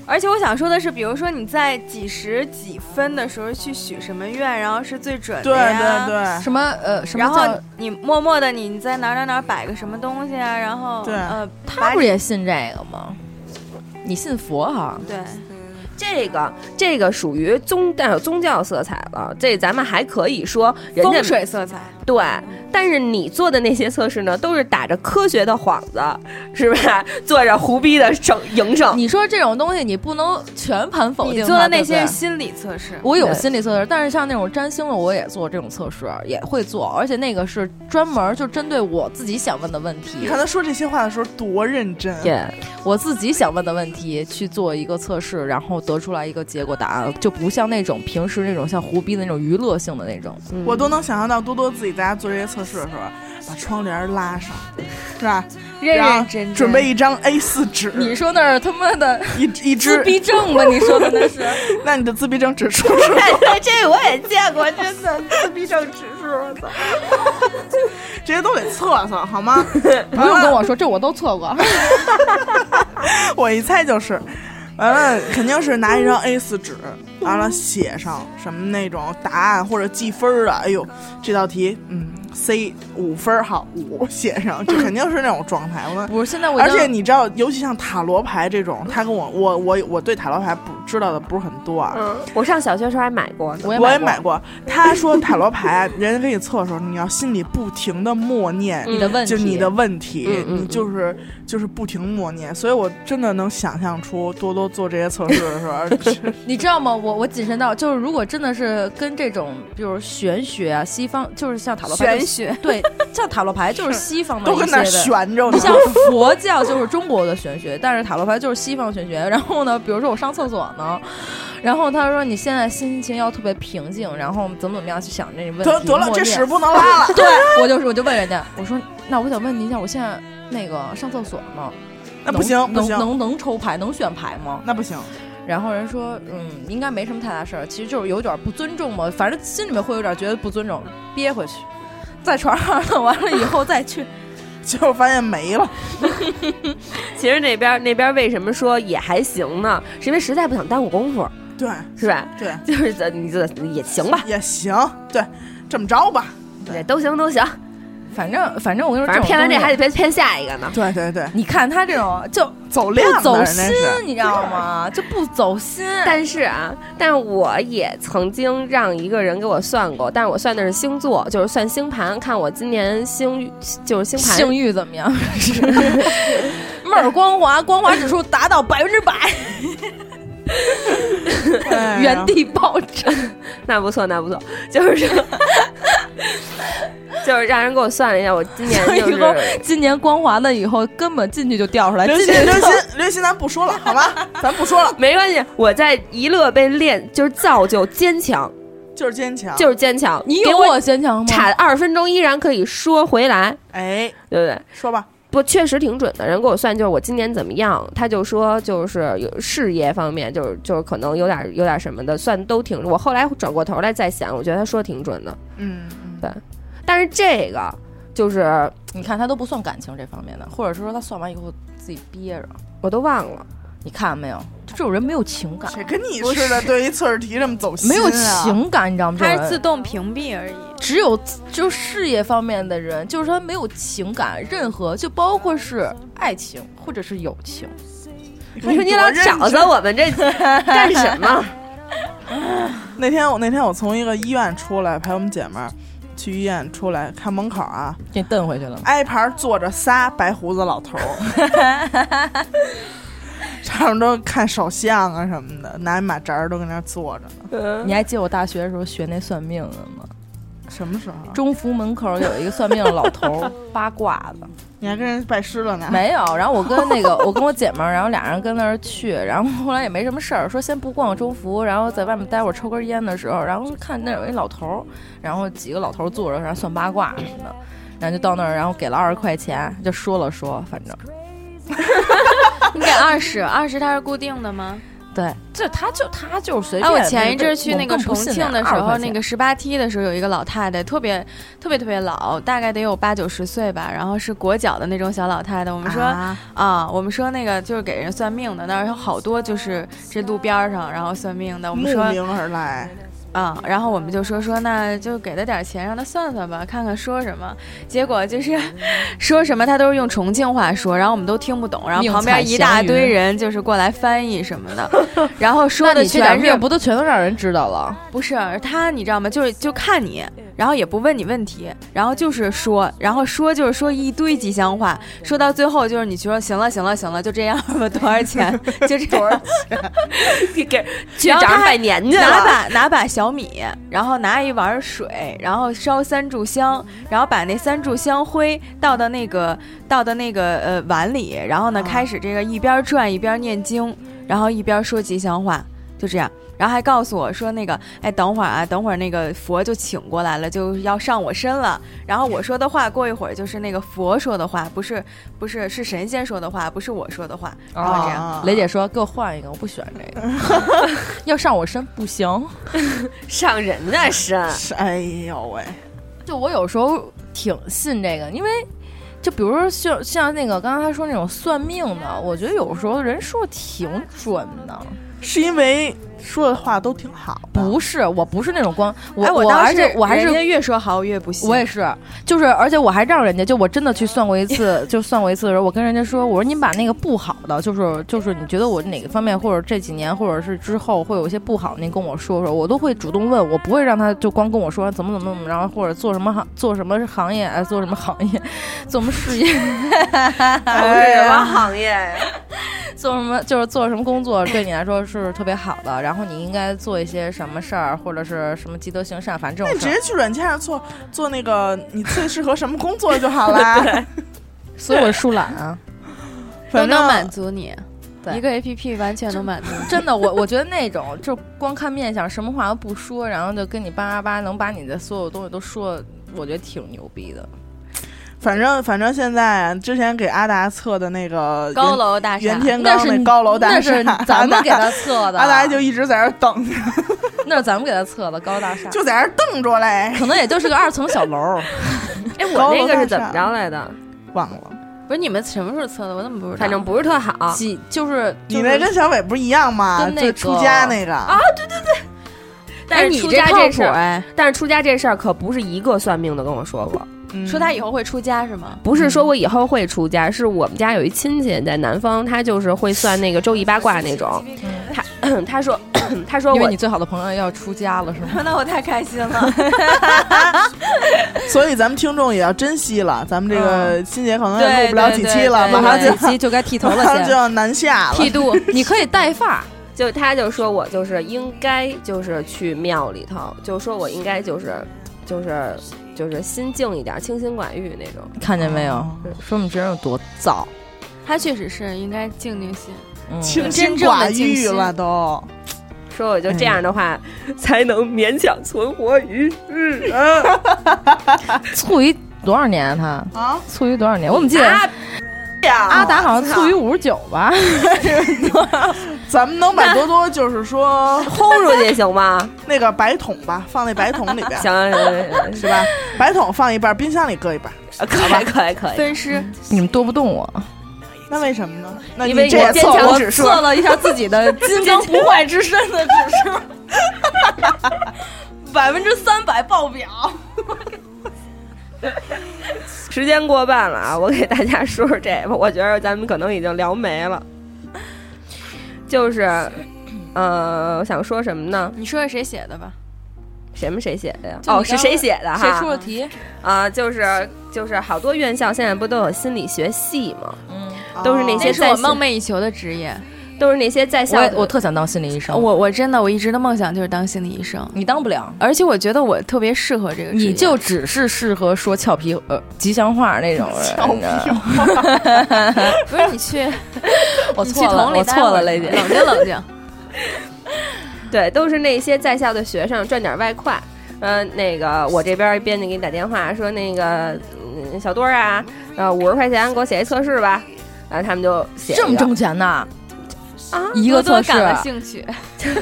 Speaker 7: 而且我想说的是，比如说你在几十几分的时候去许什么愿，然后是最准的
Speaker 3: 对
Speaker 7: 呀。
Speaker 3: 对对
Speaker 4: 什么呃什么
Speaker 7: 然后
Speaker 4: 叫
Speaker 7: 你默默的你你在哪儿哪儿哪儿摆个什么东西啊，然后
Speaker 3: 对
Speaker 7: 呃，
Speaker 4: 他不是也信这个吗？你信佛哈？
Speaker 7: 对，
Speaker 6: 这个这个属于宗带有宗教色彩了，这咱们还可以说人家
Speaker 7: 风水色彩，
Speaker 6: 对，但是你做的那些测试呢，都是打着科学的幌子，是吧？做着胡逼的整营整，
Speaker 4: 你说这种东西你不能全盘否定它。
Speaker 7: 你做的那
Speaker 4: 对
Speaker 7: 些
Speaker 4: 不
Speaker 7: 是
Speaker 4: 对
Speaker 7: 心理测试，
Speaker 4: 我有
Speaker 6: 对
Speaker 4: 心理测试，但是像那种占星的，我也做这种测试，也会做，而且那个是专门就针对我自己想问的问
Speaker 3: 你
Speaker 4: 题
Speaker 3: 看，他说这些话的时候多认真，
Speaker 6: 耶，
Speaker 4: 我自己想问的问题去做一个测试，然后得出来一个结果答案，就不像那种平时那种像胡逼的那种娱乐性的那种。
Speaker 6: 嗯
Speaker 3: 我都能想象到多多自己在家做这些测试的时候，把窗帘拉上，是吧？
Speaker 7: 认
Speaker 3: 然后
Speaker 7: 认真真
Speaker 3: 准备一张 A 4纸，
Speaker 4: 你说那是他妈的
Speaker 3: 一
Speaker 4: 自
Speaker 3: 一支，
Speaker 4: 闭症吧？你说的那是？
Speaker 3: 那你的自闭症指数是
Speaker 6: 这我也见过，真的自闭症指数，我操！
Speaker 3: 这些都得测测好 吗？
Speaker 4: 不用跟我说，这我都测过。
Speaker 3: 我一猜就是，完了肯定是拿一张 A 4纸，完了写上什么那种答案或者计分儿的。哎呦，这道题，嗯，C 五分儿好，五写上，就肯定是那种状态。我
Speaker 4: 不是，现在我已
Speaker 3: 而
Speaker 4: 经
Speaker 3: 且你知道，尤其像塔罗牌这种，他跟我我我我对塔罗牌不知道的不是很多啊。
Speaker 6: 嗯，我上小学时候还买过呢，
Speaker 4: 我也
Speaker 3: 我也
Speaker 4: 买
Speaker 3: 买过，他说塔罗牌，啊人家给你测的时候，你要心里不停的默念，
Speaker 4: 你的嗯问题，
Speaker 3: 就你的问题，
Speaker 6: 嗯嗯
Speaker 3: 你就是就是不停默念，所以我真的能想象出多多做这些测试的时候，
Speaker 4: 你知道吗？我我谨慎到，就是如果真的是跟这种，比如玄学啊、西方，就是像塔罗牌，
Speaker 7: 玄学，
Speaker 4: 对，像塔罗牌就是西方的
Speaker 3: 都
Speaker 4: 一些
Speaker 3: 跟那儿
Speaker 4: 的。
Speaker 3: 悬着呢
Speaker 4: 你。像佛教就是中国的玄学，但是塔罗牌就是西方玄学。然后呢，比如说我上厕所呢，然后他说你现在心情要特别平静，然后怎么怎么样去想这个问题。
Speaker 3: 得得了，
Speaker 4: 默
Speaker 3: 这
Speaker 4: 念
Speaker 3: 屎不能 拉了。
Speaker 4: 对，我就是我就问人家，我说那我想问你一下，我现在那个上厕所呢，
Speaker 3: 那不
Speaker 4: 能
Speaker 3: 行不
Speaker 4: 能
Speaker 3: 行，
Speaker 4: 能能抽牌，能选牌吗？
Speaker 3: 那不行。
Speaker 4: 然后人说，嗯，应该没什么太大事儿，其实就是有点不尊重嘛，反正心里面会有点觉得不尊重，憋回去，在床上弄完了以后再去。
Speaker 3: 结果发现没了，
Speaker 6: 其实那边那边为什么说也还行呢？是因为实在不想耽误功夫，
Speaker 3: 对
Speaker 6: 是吧？
Speaker 3: 对，
Speaker 6: 就是咱你这也行吧，
Speaker 3: 也行，对，这么着吧。对
Speaker 6: 对，都行都行，
Speaker 4: 反正反正我跟你说，
Speaker 6: 反正骗完这还
Speaker 4: 得，
Speaker 6: 得偏偏下一个呢。
Speaker 3: 对对对，
Speaker 4: 你看他这种就
Speaker 3: 走量
Speaker 4: 不
Speaker 3: 的
Speaker 4: 走
Speaker 3: 人家
Speaker 4: 心
Speaker 3: 是，
Speaker 4: 你知道吗？就不走心。
Speaker 6: 但是啊，但是我也曾经让一个人给我算过，但是我算的是星座，就是算星盘，看我今年星就是星盘
Speaker 4: 性欲怎么样？ 是妹儿光滑，光滑指数达到百分之百，
Speaker 3: 哎呀
Speaker 4: 原地爆炸。
Speaker 6: 啊 那不错，那不错，就是 说就是让人给我算了一下，我今年 就
Speaker 4: 以后
Speaker 6: 是
Speaker 4: 今年光滑了以后，根本进去就掉出来。
Speaker 3: 刘
Speaker 4: 今
Speaker 3: 鑫
Speaker 4: 年
Speaker 3: 刘
Speaker 4: 就
Speaker 3: 鑫刘鑫，咱不说了，好吧？咱不说了，
Speaker 6: 没关系，我在一乐被练，就是造就坚强，
Speaker 3: 就是坚强，
Speaker 6: 就是坚强。
Speaker 4: 你
Speaker 6: 给
Speaker 4: 有
Speaker 6: 我
Speaker 4: 我坚强吗？
Speaker 6: 差二十分钟依然可以说回来，
Speaker 3: 哎，
Speaker 6: 对不对？
Speaker 3: 说吧，
Speaker 6: 不，确实挺准的。人给我算就是我今年怎么样，他就说就是有事业方面，就是就是可能有点有点什么的，算都挺。我后来转过头来再想，我觉得他说挺准的。
Speaker 3: 嗯，嗯
Speaker 6: 但是这个就是
Speaker 4: 你看他都不算感情这方面的，或者是说他算完以后自己憋着。
Speaker 6: 我都忘了，
Speaker 4: 你看没有，这种人没有情感，
Speaker 3: 谁跟你似的？对于测试题这么走心、啊，
Speaker 4: 没有，情感，你知道吗？这
Speaker 7: 它
Speaker 4: 种
Speaker 7: 是自
Speaker 4: 人
Speaker 7: 动屏 蔽而已。
Speaker 4: 只有自就事业方面的人，就是他没有情感，任何就包括是爱情或者是友情。
Speaker 6: 你说你老找着我们这干什么？
Speaker 3: 那天我那天我从一个医院出来，陪我们姐们儿去医院出来，看门口啊，
Speaker 4: 给蹬回去了，
Speaker 3: 挨排坐着仨白胡子老头儿， 上面都看手相啊什么的，拿一马扎儿都跟那儿坐着呢。
Speaker 6: 嗯
Speaker 4: 你还记得我大学的时候学那算命的吗？
Speaker 3: 什么时候？啊
Speaker 4: 中福门口有一个算命的老头 儿，八卦的。
Speaker 3: 你还跟人拜师了呢？
Speaker 4: 没有，然后我跟那个我跟我姐们儿，然后俩人跟那儿去，然后后来也没什么事儿，说先不逛中福，然后在外面待会儿抽根烟的时候，然后看那儿有一老头儿，然后几个老头儿坐着，然后算八卦什么的，然后就到那儿，然后给了二十块钱，就说了说，反正
Speaker 7: 你给二十，二十它是固定的吗？
Speaker 4: 对，这他就他就是随
Speaker 7: 哎，
Speaker 4: 便。
Speaker 7: 我前一阵儿去那个
Speaker 4: 我更
Speaker 7: 重
Speaker 4: 不信
Speaker 7: 庆的
Speaker 4: 20
Speaker 7: 时候，
Speaker 4: 块钱
Speaker 7: 那个十八梯的时候，有一个老太太，特别特别特别老，大概得有八九十岁吧，然后是裹脚的那种小老太太。我们说
Speaker 3: 啊
Speaker 7: 啊我们说那个就是给人算命的，那儿有好多就是这路边儿上，然后算命的。我
Speaker 3: 慕
Speaker 7: 们说
Speaker 3: 名而来，
Speaker 7: 啊、然后我们就说说，那就给他点儿钱，让他算算吧，看看说什么。结果就是
Speaker 4: 嗯
Speaker 7: 说什么，他都是用重庆话说，然后我们都听不懂。然后
Speaker 4: 宁
Speaker 7: 旁边
Speaker 4: 采
Speaker 7: 一大
Speaker 4: 祥
Speaker 7: 堆
Speaker 4: 云
Speaker 7: 人就是过来翻译 什么的，然后说
Speaker 4: 那
Speaker 7: 的
Speaker 4: 你去点
Speaker 7: 全是
Speaker 4: 命不都全都让人知道了？
Speaker 7: 不是他，你知道吗？就是就看你，然后也不问你问题，然后就是说，然后说就是说一堆吉祥话，说到最后就是你觉得行了行了行了，就这样吧，多 少钱？就这样。
Speaker 6: 你给去
Speaker 7: 然
Speaker 6: 找
Speaker 7: 后
Speaker 6: 人
Speaker 7: 他
Speaker 6: 拜年去
Speaker 7: 拿
Speaker 6: 了。
Speaker 7: 把拿把小米，然后拿一碗水，然后烧三炷香，然后把那三炷香灰倒到那个倒到那个呃碗里，然后呢
Speaker 4: 啊
Speaker 7: 开始这个一边转一边念经，然后一边说吉祥话，就这样。然后还告诉我说那个，哎，等会儿啊，等会儿那个佛就请过来了，就要上我身了。然后我说的话，过一会儿就是那个佛说的话，不是不是是神仙说的话，不是我说的话，然后这样。
Speaker 3: 啊
Speaker 4: 雷姐说：“给我换一个，我不喜欢这 个，要上我身不行。
Speaker 6: 上人的 身，
Speaker 3: 是哎呦喂，”
Speaker 4: 就我有时候挺信这个，因为就比如说像像那个刚才他说那种算命的，我觉得有时候人说挺准的。
Speaker 3: 是因为说的话都挺好的，
Speaker 4: 不是，我不是那种光我、
Speaker 7: 哎，
Speaker 4: 我
Speaker 7: 当
Speaker 4: 而
Speaker 7: 时
Speaker 4: 且我还是
Speaker 7: 人家越说好，我越不信。
Speaker 4: 我也是，就是而且我还让人家，就我真的去算过一次，就算过一次的时候，我跟人家说，我说你把那个不好的，就是就是你觉得我哪个方面，或者这几年，或者是之后会有一些不好，您跟我说说，我都会主动问，我不会让他就光跟我说怎么怎么怎么，然后或者做什么行做什么行业，哎做什么行业， 做什么事业，
Speaker 6: 从
Speaker 7: 啊
Speaker 3: 哎
Speaker 6: 事什么行业呀？
Speaker 4: 做什么就是做什么工作对你来说是特别好的，然后你应该做一些什么事儿，或者是什么积德行善，反正
Speaker 3: 那
Speaker 4: 这
Speaker 3: 你
Speaker 4: 种事儿。
Speaker 3: 直接去软件上做做那个你最适合什么工作就好啦。
Speaker 4: 所以我树懒啊。
Speaker 7: 都
Speaker 3: 反
Speaker 7: 能满
Speaker 3: 正
Speaker 7: 足你，
Speaker 4: 对
Speaker 7: 一个 A P P 完全能满足你。
Speaker 4: 真的，我 我觉得那种就光看面相，什么话都不说，然后就跟你叭叭叭，能把你的所有东西都说，我觉得挺牛逼的。
Speaker 3: 反正反正现在之前给阿达测的那个袁
Speaker 7: 高楼大厦
Speaker 3: 袁，天
Speaker 4: 那
Speaker 3: 罡
Speaker 4: 是
Speaker 3: 高楼大
Speaker 4: 那
Speaker 3: 厦
Speaker 4: 是，咱们给他测的，
Speaker 3: 阿达阿达就一直啊在那儿等着，
Speaker 4: 那是咱们给他测的高大厦，
Speaker 3: 就在那儿瞪着嘞，
Speaker 4: 可能也就是个二层小楼。
Speaker 6: 哎，
Speaker 3: 高
Speaker 6: 我
Speaker 3: 楼
Speaker 6: 那个是怎
Speaker 3: 大
Speaker 6: 么
Speaker 3: 厦
Speaker 6: 着来的？
Speaker 3: 忘了。
Speaker 7: 不是你们什么时候测的？我怎么不知道？
Speaker 6: 反正不是特好。
Speaker 4: 几就是
Speaker 3: 你那跟小伟不是一样吗？
Speaker 4: 跟那
Speaker 3: 就
Speaker 4: 个
Speaker 3: 出家那个啊，
Speaker 6: 但
Speaker 7: 哎
Speaker 6: 是
Speaker 7: 你
Speaker 6: 出
Speaker 7: 这
Speaker 6: 家
Speaker 7: 靠
Speaker 6: 这
Speaker 7: 谱
Speaker 6: 事儿，
Speaker 7: 哎，
Speaker 6: 但是出家这事儿可不是一个算命的跟我说过，
Speaker 3: 嗯
Speaker 7: 说他以后会出家是吗？
Speaker 6: 不是说我以后会出家，是我们家有一亲戚在南方，他就是会算那个周易八卦那种。他他说他说
Speaker 4: 因为
Speaker 6: 我
Speaker 4: 你最好的朋友要出家了，是吗？
Speaker 7: 那我太开心了。
Speaker 3: 所以咱们听众也要珍惜了，咱们这个欣姐可能也录不了几期了，
Speaker 7: 对对对
Speaker 3: 马上就
Speaker 4: 几期就该剃头了
Speaker 3: 马上就
Speaker 4: 先，
Speaker 3: 要南下了
Speaker 4: 剃。度，你可以带发，
Speaker 6: 就他就说我就是应该就是去庙里头，就说我应该就是就是就是心静一点，清心寡欲那种。
Speaker 4: 看见没
Speaker 3: 哦
Speaker 4: 有？说明这人有多燥。
Speaker 7: 他确实是应该静静心。
Speaker 4: 嗯，
Speaker 3: 清心
Speaker 7: 真正
Speaker 3: 寡
Speaker 7: 的静
Speaker 3: 欲
Speaker 7: 心
Speaker 3: 了都，
Speaker 6: 说我就这样的话，才能勉强存活于世
Speaker 4: 促于多少年啊他
Speaker 3: 啊？
Speaker 4: 促于多少年？我怎么记得
Speaker 6: 啊呀！
Speaker 4: 阿达好像促于五十九 吧？
Speaker 3: 咱们能把多多就是说
Speaker 6: 轰出去行 吗？
Speaker 3: 那个白桶吧，放那白桶里边
Speaker 6: 行，行
Speaker 3: 是吧？白桶放一半，冰箱里搁一半，
Speaker 6: 行呃可以可以可以。
Speaker 7: 分尸，
Speaker 4: 你们多不动我，
Speaker 3: 那为什么呢？那你
Speaker 6: 因为
Speaker 3: 这
Speaker 6: 我
Speaker 3: 也
Speaker 6: 坚
Speaker 3: 测
Speaker 6: 强
Speaker 3: 我
Speaker 6: 指数
Speaker 4: 测了一下自己 的金刚不坏之身的指数， 百分之三百爆表。
Speaker 6: 时间过半了啊，我给大家说说这个，我觉得咱们可能已经聊没了。就是，呃，我想说什么呢？
Speaker 7: 你说说谁写的吧？
Speaker 6: 什么谁写的呀？
Speaker 4: 就你
Speaker 6: 哦，是
Speaker 4: 刚
Speaker 6: 谁写的哈？
Speaker 4: 谁出的题？
Speaker 6: 啊，就是就是好多院校现在不都有心理学系吗？
Speaker 4: 嗯，
Speaker 6: 都是那
Speaker 7: 这
Speaker 6: 些
Speaker 7: 是我
Speaker 6: 在
Speaker 7: 梦寐以求的职业。
Speaker 6: 都是那些在校
Speaker 4: 我也
Speaker 6: 的
Speaker 4: 哦我特想当心理医生，
Speaker 7: 我我真的我一直的梦想就是当心理医生，
Speaker 4: 你当不了，
Speaker 7: 而且我觉得我特别适合这个职业。
Speaker 4: 你就只是适合说俏皮呃吉祥话那种人。你知道吗
Speaker 7: 不是 你去，
Speaker 4: 我
Speaker 7: 你
Speaker 4: 错
Speaker 7: 去
Speaker 4: 了，
Speaker 7: 同里
Speaker 4: 我
Speaker 7: 待会
Speaker 4: 错
Speaker 7: 儿嗯
Speaker 4: 了，雷姐。
Speaker 7: 冷静冷 静。
Speaker 6: 对，都是那些在校的学生赚点外快。呃，那个我这边编辑给你打电话说，那个嗯，小多儿啊，呃，五十块钱给我写一测试吧。然后他们就写一个
Speaker 4: 这么挣钱呢？
Speaker 6: 啊，
Speaker 4: 一个测试
Speaker 7: 多，感了兴趣，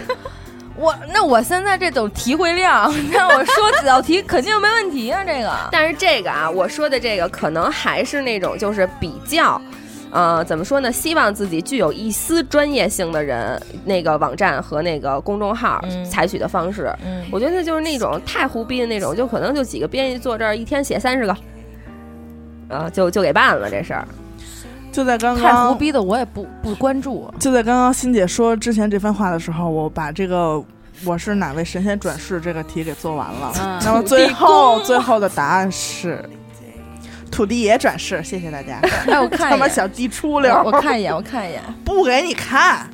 Speaker 4: 我那我现在这种题会量， 那我说几道题肯定没问题啊！这个
Speaker 6: 但是这个啊，我说的这个可能还是那种就是比较。呃，怎么说呢？希望自己具有一丝专业性的人，那个网站和那个公众号
Speaker 4: 嗯
Speaker 6: 采取的方式，
Speaker 4: 嗯
Speaker 6: 我觉得就是那种太胡逼的那种，就可能就几个编辑坐这儿一天写三十个，呃，就就给办了这 事儿。
Speaker 3: 就在刚
Speaker 4: 太胡
Speaker 3: 刚，
Speaker 4: 逼的我也不不关注。
Speaker 3: 就在刚刚欣姐说之前这番话的时候，我把这个我是哪位神仙转世这个题给做完了。
Speaker 7: 嗯
Speaker 3: 那么 最后最后的答案是土地爷转世，谢谢大家。
Speaker 4: 哎，我看
Speaker 3: 他
Speaker 4: 一
Speaker 3: 妈
Speaker 4: 眼，
Speaker 3: 小鸡出溜儿，
Speaker 4: 我我看一眼，我看一眼，
Speaker 3: 不给你看。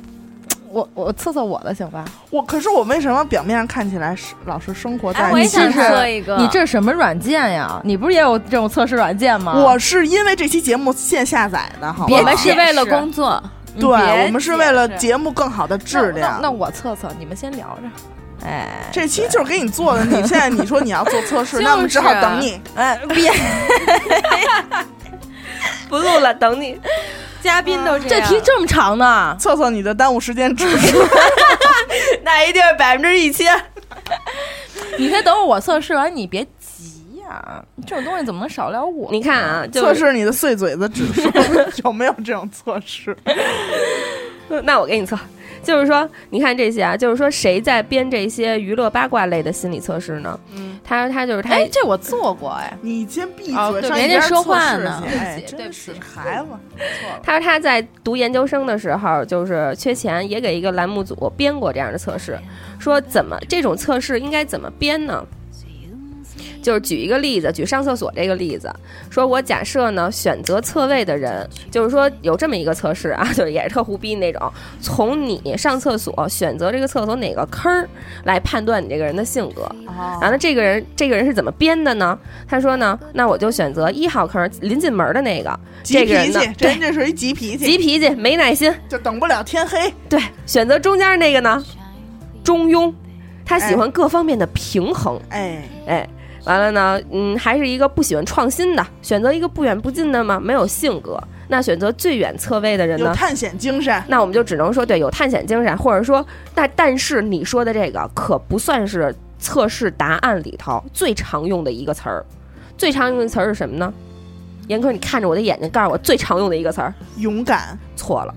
Speaker 4: 我我测测我的行吧？
Speaker 3: 我可是我为什么表面上看起来是老是生活
Speaker 4: 哎
Speaker 3: 在
Speaker 7: 我也
Speaker 3: 你
Speaker 7: 想
Speaker 4: 这是
Speaker 7: 测一个。
Speaker 4: 你这是什么软件呀？你不是也有这种测试软件吗？
Speaker 3: 我是因为这期节目现下载的，好吗？
Speaker 7: 我们是为了
Speaker 4: 别解释
Speaker 7: 工作，
Speaker 4: 你别
Speaker 3: 对，我们是为了
Speaker 7: 解释
Speaker 3: 节目更好的质量。
Speaker 4: 那那那我测测，你们先聊着。哎，
Speaker 3: 这期就是给你做的，你现在你说你要做测试，
Speaker 7: 就是
Speaker 3: 那我们只好等你。
Speaker 4: 哎别，
Speaker 6: 不录了，等你。 啊
Speaker 7: 嘉宾都这
Speaker 4: 这
Speaker 7: 样
Speaker 4: 题这么长呢？
Speaker 3: 测测你的耽误时间指数，
Speaker 7: 那一定是百分之一千。
Speaker 4: 你先等会儿我测试完，你别急呀、这种东西怎么能少了我？
Speaker 6: 你看
Speaker 7: 嗯
Speaker 6: 啊，就
Speaker 3: 测
Speaker 6: 是
Speaker 3: 试你的碎嘴子指数， 有没有这种测试？
Speaker 6: 那我给你测，就是说，你看这些啊，就是说谁在编这些娱乐八卦类的心理测试呢？嗯，他他就是他，
Speaker 4: 哎，这我做过哎，
Speaker 3: 你先闭
Speaker 4: 哦
Speaker 3: 嘴，
Speaker 4: 对
Speaker 3: 上
Speaker 4: 人
Speaker 3: 一
Speaker 4: 家
Speaker 3: 边
Speaker 4: 说
Speaker 3: 测
Speaker 4: 话
Speaker 3: 试
Speaker 4: 呢
Speaker 3: 去
Speaker 4: 对不
Speaker 3: 哎，
Speaker 4: 起对
Speaker 3: 真
Speaker 4: 不
Speaker 3: 是
Speaker 4: 起
Speaker 3: 孩子。
Speaker 6: 他说他在读研究生的时候，就是缺钱，也给一个栏目组编过这样的测试，说怎么这种测试应该怎么编呢？就是举一个例子，举上厕所这个例子，说我假设呢，选择厕位的人，就是说有这么一个测试啊， 就是也是特胡逼那种，从你上厕所选择这个厕所哪个坑儿来判断你这个人的性格。然后这个人这个人是怎么编的呢？他说呢，那我就选择一号坑儿临近门儿的那个，
Speaker 3: 急
Speaker 6: 这个
Speaker 3: 脾
Speaker 6: 人呢
Speaker 3: 气，，这人这属于急脾
Speaker 6: 急
Speaker 3: 气，
Speaker 6: 脾气，没耐心。
Speaker 3: 就等不了天黑。
Speaker 6: 对，选择中间那个呢，中庸，他喜欢各方面的平衡。
Speaker 3: 哎，
Speaker 6: 哎，完了呢，嗯，还是一个不喜欢创新的，选择一个不远不近的嘛，没有性格。那选择最远侧位的人
Speaker 3: 有
Speaker 6: 呢？
Speaker 3: 探险精神，
Speaker 6: 那我们就只能说，对，有探险精神，或者说，但但是你说的这个可不算是测试答案里头最常用的一个词儿。最常用的词儿是什么呢？严科，你看着我的眼睛，告诉我最常用的一个词儿。
Speaker 3: 勇敢。
Speaker 6: 错了。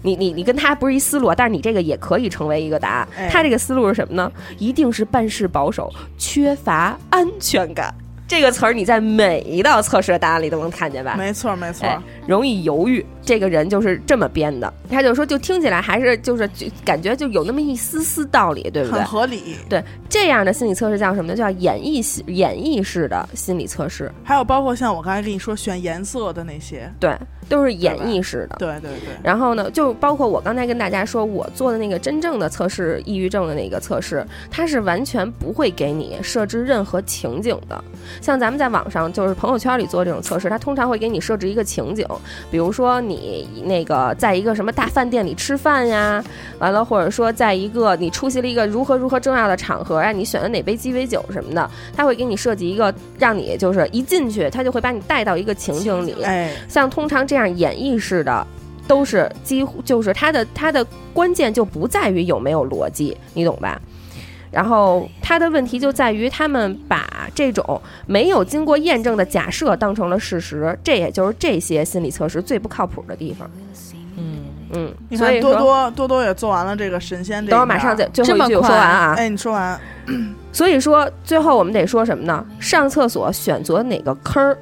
Speaker 6: 你你你跟他不是一思路啊，但是你这个也可以成为一个答案。
Speaker 3: 哎
Speaker 6: 他这个思路是什么呢？一定是办事保守，缺乏安全感。这个词儿你在每一道测试的答案里都能看见吧？
Speaker 3: 没错，没错。
Speaker 6: 哎容易犹豫，这个人就是这么编的。他就说，就听起来还是就是就感觉就有那么一丝丝道理，对不对
Speaker 3: 很？合理。
Speaker 6: 对，这样的心理测试叫什么呢？叫演绎式演绎式的心理测试。
Speaker 3: 还有包括像我刚才跟你说选颜色的那些，
Speaker 6: 对，都是演
Speaker 3: 对吧
Speaker 6: 绎式的。
Speaker 3: 对对对，
Speaker 6: 然后呢，就包括我刚才跟大家说，我做的那个真正的测试，抑郁症的那个测试，它是完全不会给你设置任何情景的。像咱们在网上，就是朋友圈里做这种测试，它通常会给你设置一个情景，比如说你那个在一个什么大饭店里吃饭呀，完了或者说在一个你出席了一个如何如何重要的场合啊，你选了哪杯鸡尾酒什么的，它会给你设计一个让你就是一进去，它就会把你带到一个情景里，
Speaker 3: 哎，
Speaker 6: 像通常这样演绎式的，都是几乎就是它的它的关键就不在于有没有逻辑，你懂吧？然后它的问题就在于他们把这种没有经过验证的假设当成了事实，这也就是这些心理测试最不靠谱的地方。
Speaker 4: 嗯，
Speaker 6: 嗯，
Speaker 3: 你
Speaker 6: 所
Speaker 3: 看
Speaker 6: 以
Speaker 3: 多
Speaker 6: 说，
Speaker 3: 多多多也做完了这个神仙这一面
Speaker 6: 等
Speaker 3: 儿，
Speaker 6: 会儿马上再最
Speaker 4: 这
Speaker 6: 后
Speaker 4: 么
Speaker 6: 一句我说
Speaker 4: 快
Speaker 6: 完啊。
Speaker 3: 哎，你说完，
Speaker 6: 所以说，最后我们得说什么呢？上厕所选择哪个坑儿，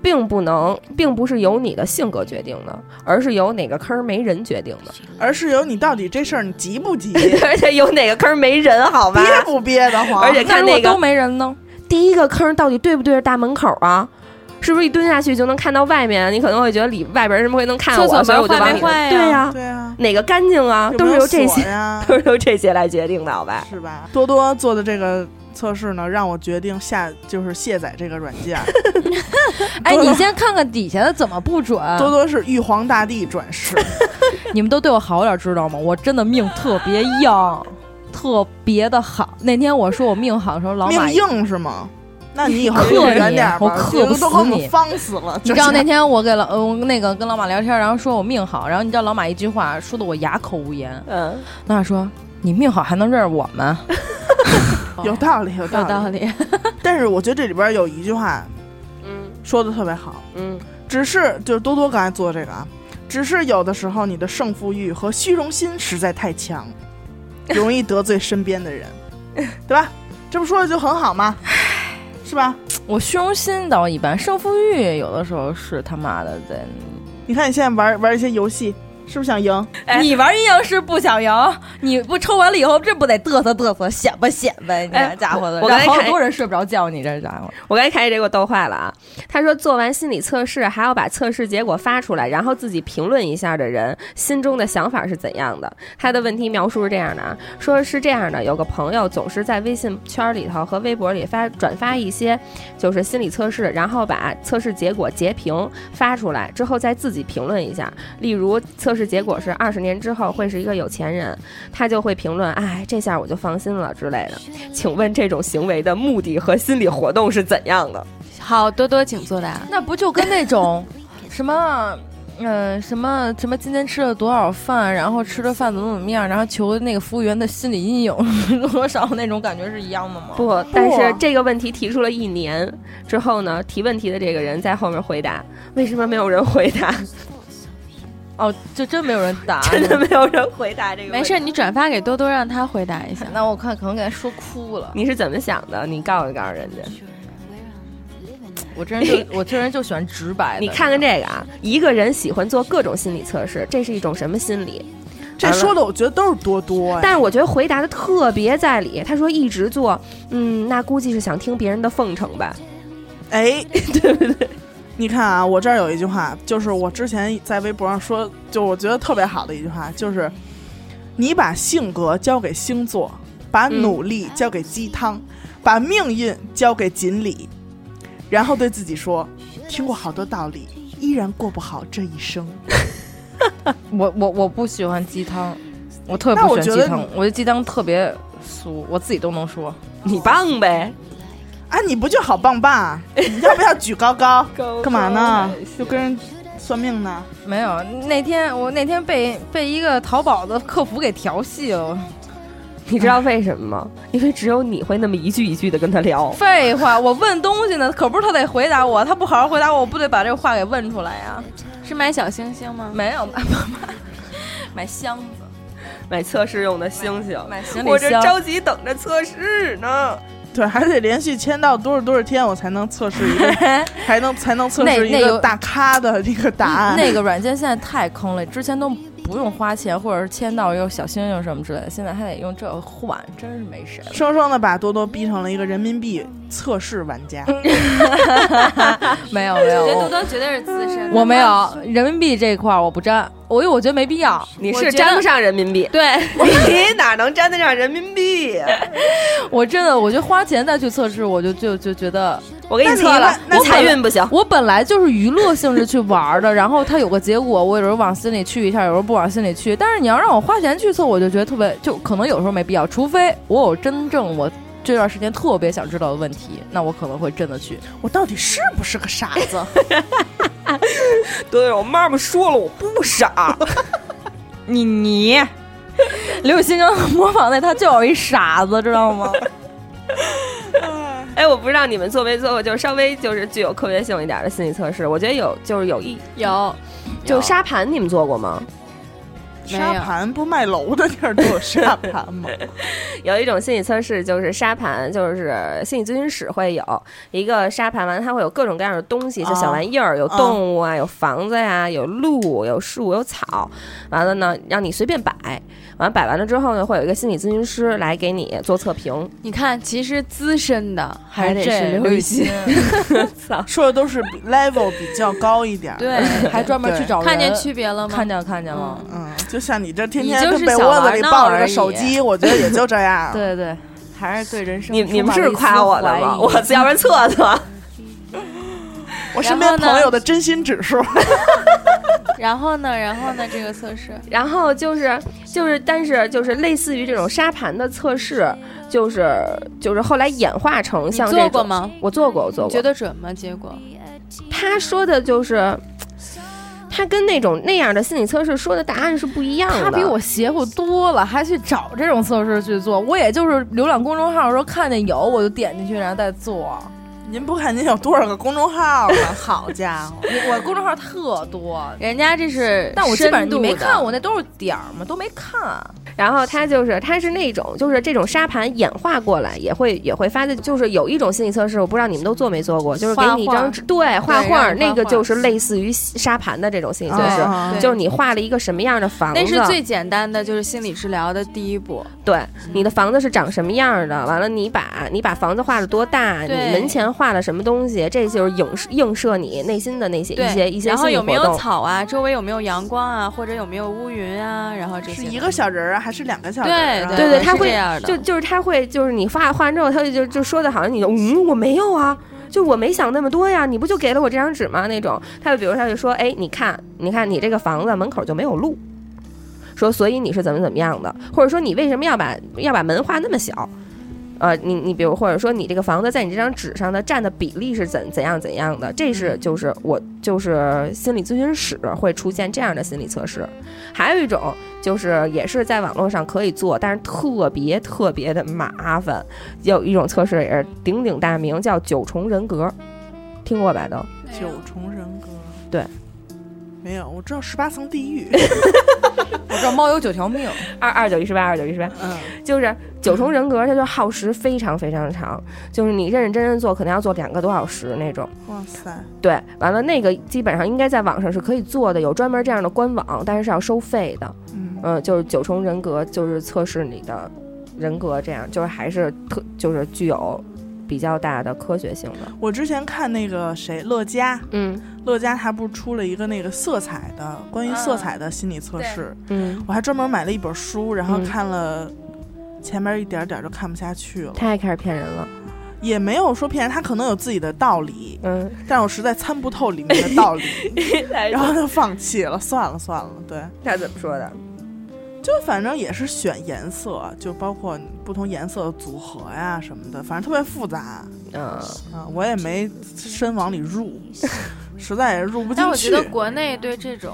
Speaker 6: 并不能，并不是由你的性格决定的，而是由哪个坑儿没人决定的。
Speaker 3: 而是由你到底这事儿你急不急，
Speaker 6: 而且有哪个坑没人， 好吧？
Speaker 3: 憋不憋得慌？
Speaker 6: 而且看
Speaker 4: 那如果
Speaker 6: 那
Speaker 4: 都
Speaker 6: 个
Speaker 4: 没人呢？
Speaker 6: 第一个坑到底对不对着大门口啊？是不是一蹲下去就能看到外面？你可能会觉得里外边人会能看到
Speaker 7: 厕
Speaker 6: 我，
Speaker 7: 所
Speaker 6: 所以我就往
Speaker 7: 门坏没
Speaker 6: 里头
Speaker 7: 坏呀
Speaker 6: 对呀、
Speaker 3: 对啊，
Speaker 6: 哪个干净啊，
Speaker 3: 有
Speaker 6: 都
Speaker 3: 没
Speaker 6: 是
Speaker 3: 有
Speaker 6: 由这
Speaker 3: 锁
Speaker 6: 些，
Speaker 3: 呀，
Speaker 6: 都是由这些来决定的，好吧？
Speaker 3: 是吧？多多做的这个测试呢，让我决定下就是卸载这个软件。
Speaker 4: 哎，
Speaker 3: 多多
Speaker 4: 你先看看底下的怎么不准。
Speaker 3: 多多是玉皇大帝转世，
Speaker 4: 你们都对我好点儿，知道吗？我真的命特别硬，特别的好。那天我说我命好的时候，老马
Speaker 3: 命。硬是吗？那你以后
Speaker 4: 克
Speaker 3: 离我
Speaker 4: 你
Speaker 3: 远点儿
Speaker 4: 我
Speaker 3: 吧，
Speaker 4: 克不
Speaker 3: 都给我
Speaker 4: 死
Speaker 3: 们
Speaker 4: 你
Speaker 3: 方死了。
Speaker 4: 你知道那天我给老呃那个跟老马聊天，然后说我命好，然后你知道老马一句话说的我哑口无言。
Speaker 6: 嗯，
Speaker 4: 老马说你命好还能认识我们？
Speaker 3: 有道理，有
Speaker 7: 有
Speaker 3: 道
Speaker 7: 道
Speaker 3: 理。
Speaker 7: 理。
Speaker 3: 但是我觉得这里边有一句话
Speaker 6: 嗯
Speaker 3: 说的特别好，
Speaker 6: 嗯，
Speaker 3: 只是就是多多刚才做的这个啊，只是有的时候你的胜负欲和虚荣心实在太 强，容易得罪身边的人，对吧？这不说的就很好吗？是吧？
Speaker 4: 我虚荣心倒一般，胜负欲有的时候是他妈的在。
Speaker 3: 你看你现在玩玩一些游戏，是不是想赢？
Speaker 6: 哎
Speaker 4: 你玩阴阳师不想赢，你不抽完了以后，这不得嘚瑟嘚瑟，显摆显摆？你
Speaker 6: 哎
Speaker 4: 这家伙的，
Speaker 6: 我我刚
Speaker 4: 让
Speaker 6: 才
Speaker 4: 好
Speaker 6: 看
Speaker 4: 多人睡不着觉，你这家伙。
Speaker 6: 我刚才看见这给我逗坏了啊！他说做完心理测试还要把测试结果发出来，然后自己评论一下的人心中的想法是怎样的。他的问题描述是这样的啊，说是这样的，有个朋友总是在微信圈里头和微博里发转发一些就是心理测试，然后把测试结果截屏发出来之后再自己评论一下。例如测试结果是二十年之后会是一个有钱人，他就会评论，哎，这下我就放心了之类的。请问这种行为的目的和心理活动是怎样的？
Speaker 7: 好多多，请作答。
Speaker 4: 那不就跟那种 什么，嗯、什么什么今天吃了多少饭，然后吃的饭怎么怎么样，然后求那个服务员的心理阴影 多少那种感觉是一样的吗？
Speaker 3: 哦
Speaker 6: 不，但是这个问题提出了一年之后呢，提问题的这个人在后面回答，为什么没有人回答？。
Speaker 3: 嗯
Speaker 4: 哦，就 真没有人答
Speaker 6: 真的没有人回答这个问题。
Speaker 7: 没事，你转发给多多，让他回答一下。
Speaker 4: 那我看可能给他说哭了。
Speaker 6: 你是怎么想的？你告诉告诉人家。
Speaker 4: 我这人 就我这人就喜欢直白的。
Speaker 3: 哎
Speaker 6: 你看看这个啊，一个人喜欢做各种心理测试，这是一种什么心理？
Speaker 3: 这
Speaker 6: 完了
Speaker 3: 说的我觉得都是多多
Speaker 6: 但
Speaker 3: 呀。
Speaker 6: 是我觉得回答的特别在理。他说一直做，嗯，那估计是想听别人的奉承吧。
Speaker 3: 嗯哎， 对不对？你看啊，我这儿有一句话，就是我之前在微博上说，就我觉得特别好的一句话，就是你把性格交给星座，把
Speaker 6: 嗯
Speaker 3: 努力交给鸡汤，把命运交给锦鲤，然后对自己说，听过好多道理，依然过不好这一生。
Speaker 4: 我我我不喜欢鸡汤，我特别
Speaker 3: 那
Speaker 4: 不
Speaker 3: 我
Speaker 4: 喜
Speaker 3: 觉
Speaker 4: 欢
Speaker 3: 得
Speaker 4: 鸡汤，我
Speaker 3: 你
Speaker 4: 觉得鸡汤特别俗，我自己都能说。
Speaker 6: 你棒呗，
Speaker 3: 啊，你不就好棒棒 啊？你要不要举高 高？干嘛呢？就跟人算命呢？
Speaker 4: 没有，那天我那天被被一个淘宝的客服给调戏了。
Speaker 6: 你知道为什么吗？因为只有你会那么一句一句的跟他聊。
Speaker 4: 废话，我问东西呢，可不是他得回答我，他不好好回答我，我不得把这个话给问出来呀？
Speaker 7: 是买小星星吗？
Speaker 4: 没有，买 买箱子，
Speaker 6: 买测试用的星星，
Speaker 4: 买行
Speaker 6: 我
Speaker 4: 李
Speaker 6: 这
Speaker 4: 箱。
Speaker 6: 着急等着测试呢。
Speaker 3: 对，还得连续签到多少多少天，我才能测试一个， 才能才能测
Speaker 4: 那
Speaker 3: 试一
Speaker 4: 那
Speaker 3: 个
Speaker 4: 有
Speaker 3: 大咖的这个答案。
Speaker 4: 那个软件现在太坑了，之前都不用花钱，或者是签到有小星星什么之类的，现在还得用这个换，真是没谁了。
Speaker 3: 生生的把多多逼成了一个人民币测试玩家。
Speaker 7: 嗯
Speaker 4: 没有没有，
Speaker 7: 多
Speaker 4: 我
Speaker 7: 多绝对是资深的。
Speaker 4: 我没有人民币这一块儿我不沾，我因为我觉得没必要。
Speaker 6: 你
Speaker 7: 我
Speaker 6: 是
Speaker 7: 觉得，
Speaker 6: 沾不上人民币
Speaker 7: 对，
Speaker 6: 你哪能沾得上人民币啊呀？
Speaker 4: 我真的，我觉得花钱再去测试，我就就就觉得
Speaker 6: 我给
Speaker 3: 那
Speaker 6: 你
Speaker 3: 你
Speaker 6: 测了，
Speaker 3: 那
Speaker 6: 我
Speaker 3: 那
Speaker 6: 财
Speaker 3: 你
Speaker 6: 运不行。
Speaker 4: 我本来就是娱乐性质去玩儿的，然后它有个结果，我有时候往心里去一下，有时候不往心里去。但是你要让我花钱去测，我就觉得特别，就可能有时候没必要，除非我有真正我这段时间特别想知道的问题，那我可能会真的去。
Speaker 3: 我到底是不是个 傻子？
Speaker 6: 对，我妈妈说了，我不 傻。
Speaker 4: 你你，刘雨欣刚刚模仿那，他就有一傻子，知道吗？
Speaker 6: 哎，我不知道你们做没做过，就是稍微就是具有科学性一点的心理测试。我觉得有，就是有一
Speaker 7: 有
Speaker 6: 就沙盘，你们做过吗？
Speaker 3: 沙盘不卖楼的地儿都有沙盘 吗？
Speaker 6: 有一种心理测试就是沙盘，就是心理咨询室会有一个沙盘，完了它会有各种各样的东西，就小玩意儿，有动物啊，有房子呀、有路、有树、有草，完了呢，让你随便摆，完了摆完了之后呢，会有一个心理咨询师来给你做测评。
Speaker 7: 你看，其实资深的还得
Speaker 4: 这
Speaker 7: 是
Speaker 4: 刘
Speaker 7: 雨
Speaker 4: 雨欣
Speaker 7: 欣，
Speaker 3: 说的都是比 level 比较高一点儿。
Speaker 7: 对，
Speaker 4: 还专门去找人，
Speaker 7: 看见嗯区别了吗？
Speaker 4: 看见了看见了，
Speaker 3: 嗯，就像你这天天
Speaker 7: 你就是
Speaker 3: 跟被窝子里
Speaker 7: 小玩闹
Speaker 3: 抱着
Speaker 7: 而
Speaker 3: 个
Speaker 7: 已
Speaker 3: 手机，我觉得也就这 样。
Speaker 7: 嗯
Speaker 4: 对对，还是对人生
Speaker 6: 你你们是夸我的吗？我要不然测测。
Speaker 3: 我身边
Speaker 7: 然后呢
Speaker 3: 朋友的真心指数，
Speaker 7: 然后呢？然后呢？这个测试
Speaker 6: 然后就是就是，但是就是类似于这种沙盘的测试，就是就是后来演化成像这
Speaker 7: 做
Speaker 6: 种
Speaker 7: 过？吗？
Speaker 6: 我做过，我做
Speaker 7: 你
Speaker 6: 过
Speaker 7: 觉。得准吗？结果
Speaker 6: 他说的就是，他跟那种那样的心理测试说的答案是不一样的。
Speaker 4: 他比我邪乎多了，还去找这种测试去做。我也就是浏览公众号的时候看见有，我就点进去，然后再做。
Speaker 3: 您不看您有多少个公众号 吗？好家 伙，
Speaker 4: 我公众号特多，
Speaker 7: 人家这是，
Speaker 4: 但我基本上你没看，我那都是点儿嘛，都没看。
Speaker 6: 然后他就是他是那种就是这种沙盘演化过来也会也会发的，就是有一种心理测试，我不知道你们都做没做过，就是给你一
Speaker 7: 画画
Speaker 6: 张纸，对，画
Speaker 7: 对
Speaker 6: 画
Speaker 7: 让你画
Speaker 6: 那个
Speaker 7: 画
Speaker 6: 就是类似于沙盘的这种心理测
Speaker 3: 对
Speaker 6: 试，
Speaker 3: 啊
Speaker 7: 对
Speaker 6: 就是你画了一个什么样的房子，
Speaker 7: 那是最简单的，就是心理治疗的第一步。
Speaker 6: 对，你的房子是长什么样儿的？完了，你把你把房子画了多大？你
Speaker 7: 对
Speaker 6: 门前画了什么东西？这就是影射映射你内心的那些
Speaker 7: 对，
Speaker 6: 一些一些
Speaker 7: 然后
Speaker 6: 心理
Speaker 7: 有没
Speaker 6: 活
Speaker 7: 有
Speaker 6: 动。
Speaker 7: 草啊？周围有没有阳光啊？或者有没有乌云啊？然后这
Speaker 3: 是
Speaker 7: 些
Speaker 3: 一个小人儿啊，还是两个小人
Speaker 7: 对
Speaker 3: 儿啊？
Speaker 6: 嗯对对他
Speaker 7: 是
Speaker 6: 会
Speaker 7: 这样的，
Speaker 6: 就就是他会就是你画画完之后，他就就就说的好像你就嗯我没有啊，就我没想那么多呀，你不就给了我这张纸吗？那种，他就比如他就说，哎，你看你看你这个房子门口就没有路。说，所以你是怎么怎么样的，或者说你为什么要把要把门画那么小？呃，你你比如或者说你这个房子在你这张纸上的占的比例是怎怎样怎样的？这是就是我就是心理咨询室会出现这样的心理测试，还有一种就是也是在网络上可以做，但是特别特别的麻烦。有一种测试也是鼎鼎大名，叫九重人格，听过吧都？
Speaker 3: 九重人格。
Speaker 6: 对，
Speaker 3: 没有，我知道十八层地 狱。
Speaker 4: 我知道猫有九条命，
Speaker 6: 二二九一十八，二九一十八。
Speaker 3: 嗯，
Speaker 6: 就是九重人格，它就耗时非常非常长，就是你认认真真做，可能要做两个多小时那种。
Speaker 3: 哇塞，
Speaker 6: 对，完了那个基本上应该在网上是可以做的，有专门这样的官网，但是是要收费的。
Speaker 3: 嗯，
Speaker 6: 嗯，就是九重人格，就是测试你的人格，这样就是还是特就是具有比较大的科学性的。
Speaker 3: 我之前看那个谁，乐嘉，
Speaker 6: 嗯
Speaker 3: 乐嘉他不是出了一个那个色彩的，关于色彩的心理测试，
Speaker 6: 嗯，
Speaker 3: 我还专门买了一本书，然后
Speaker 6: 嗯
Speaker 3: 看了。前面一点点就看不下去了，
Speaker 6: 他也开始骗人了。
Speaker 3: 也没有说骗人，他可能有自己的道理，
Speaker 6: 嗯，
Speaker 3: 但我实在参不透里面的道理， 然后就放弃了，算了算了，对，
Speaker 6: 他怎么说的？
Speaker 3: 就反正也是选颜色，就包括不同颜色的组合呀什么的，反正特别复杂啊、
Speaker 6: 嗯，
Speaker 3: 我也没深往里入，实在也入不进去。
Speaker 7: 但我觉得国内对这种。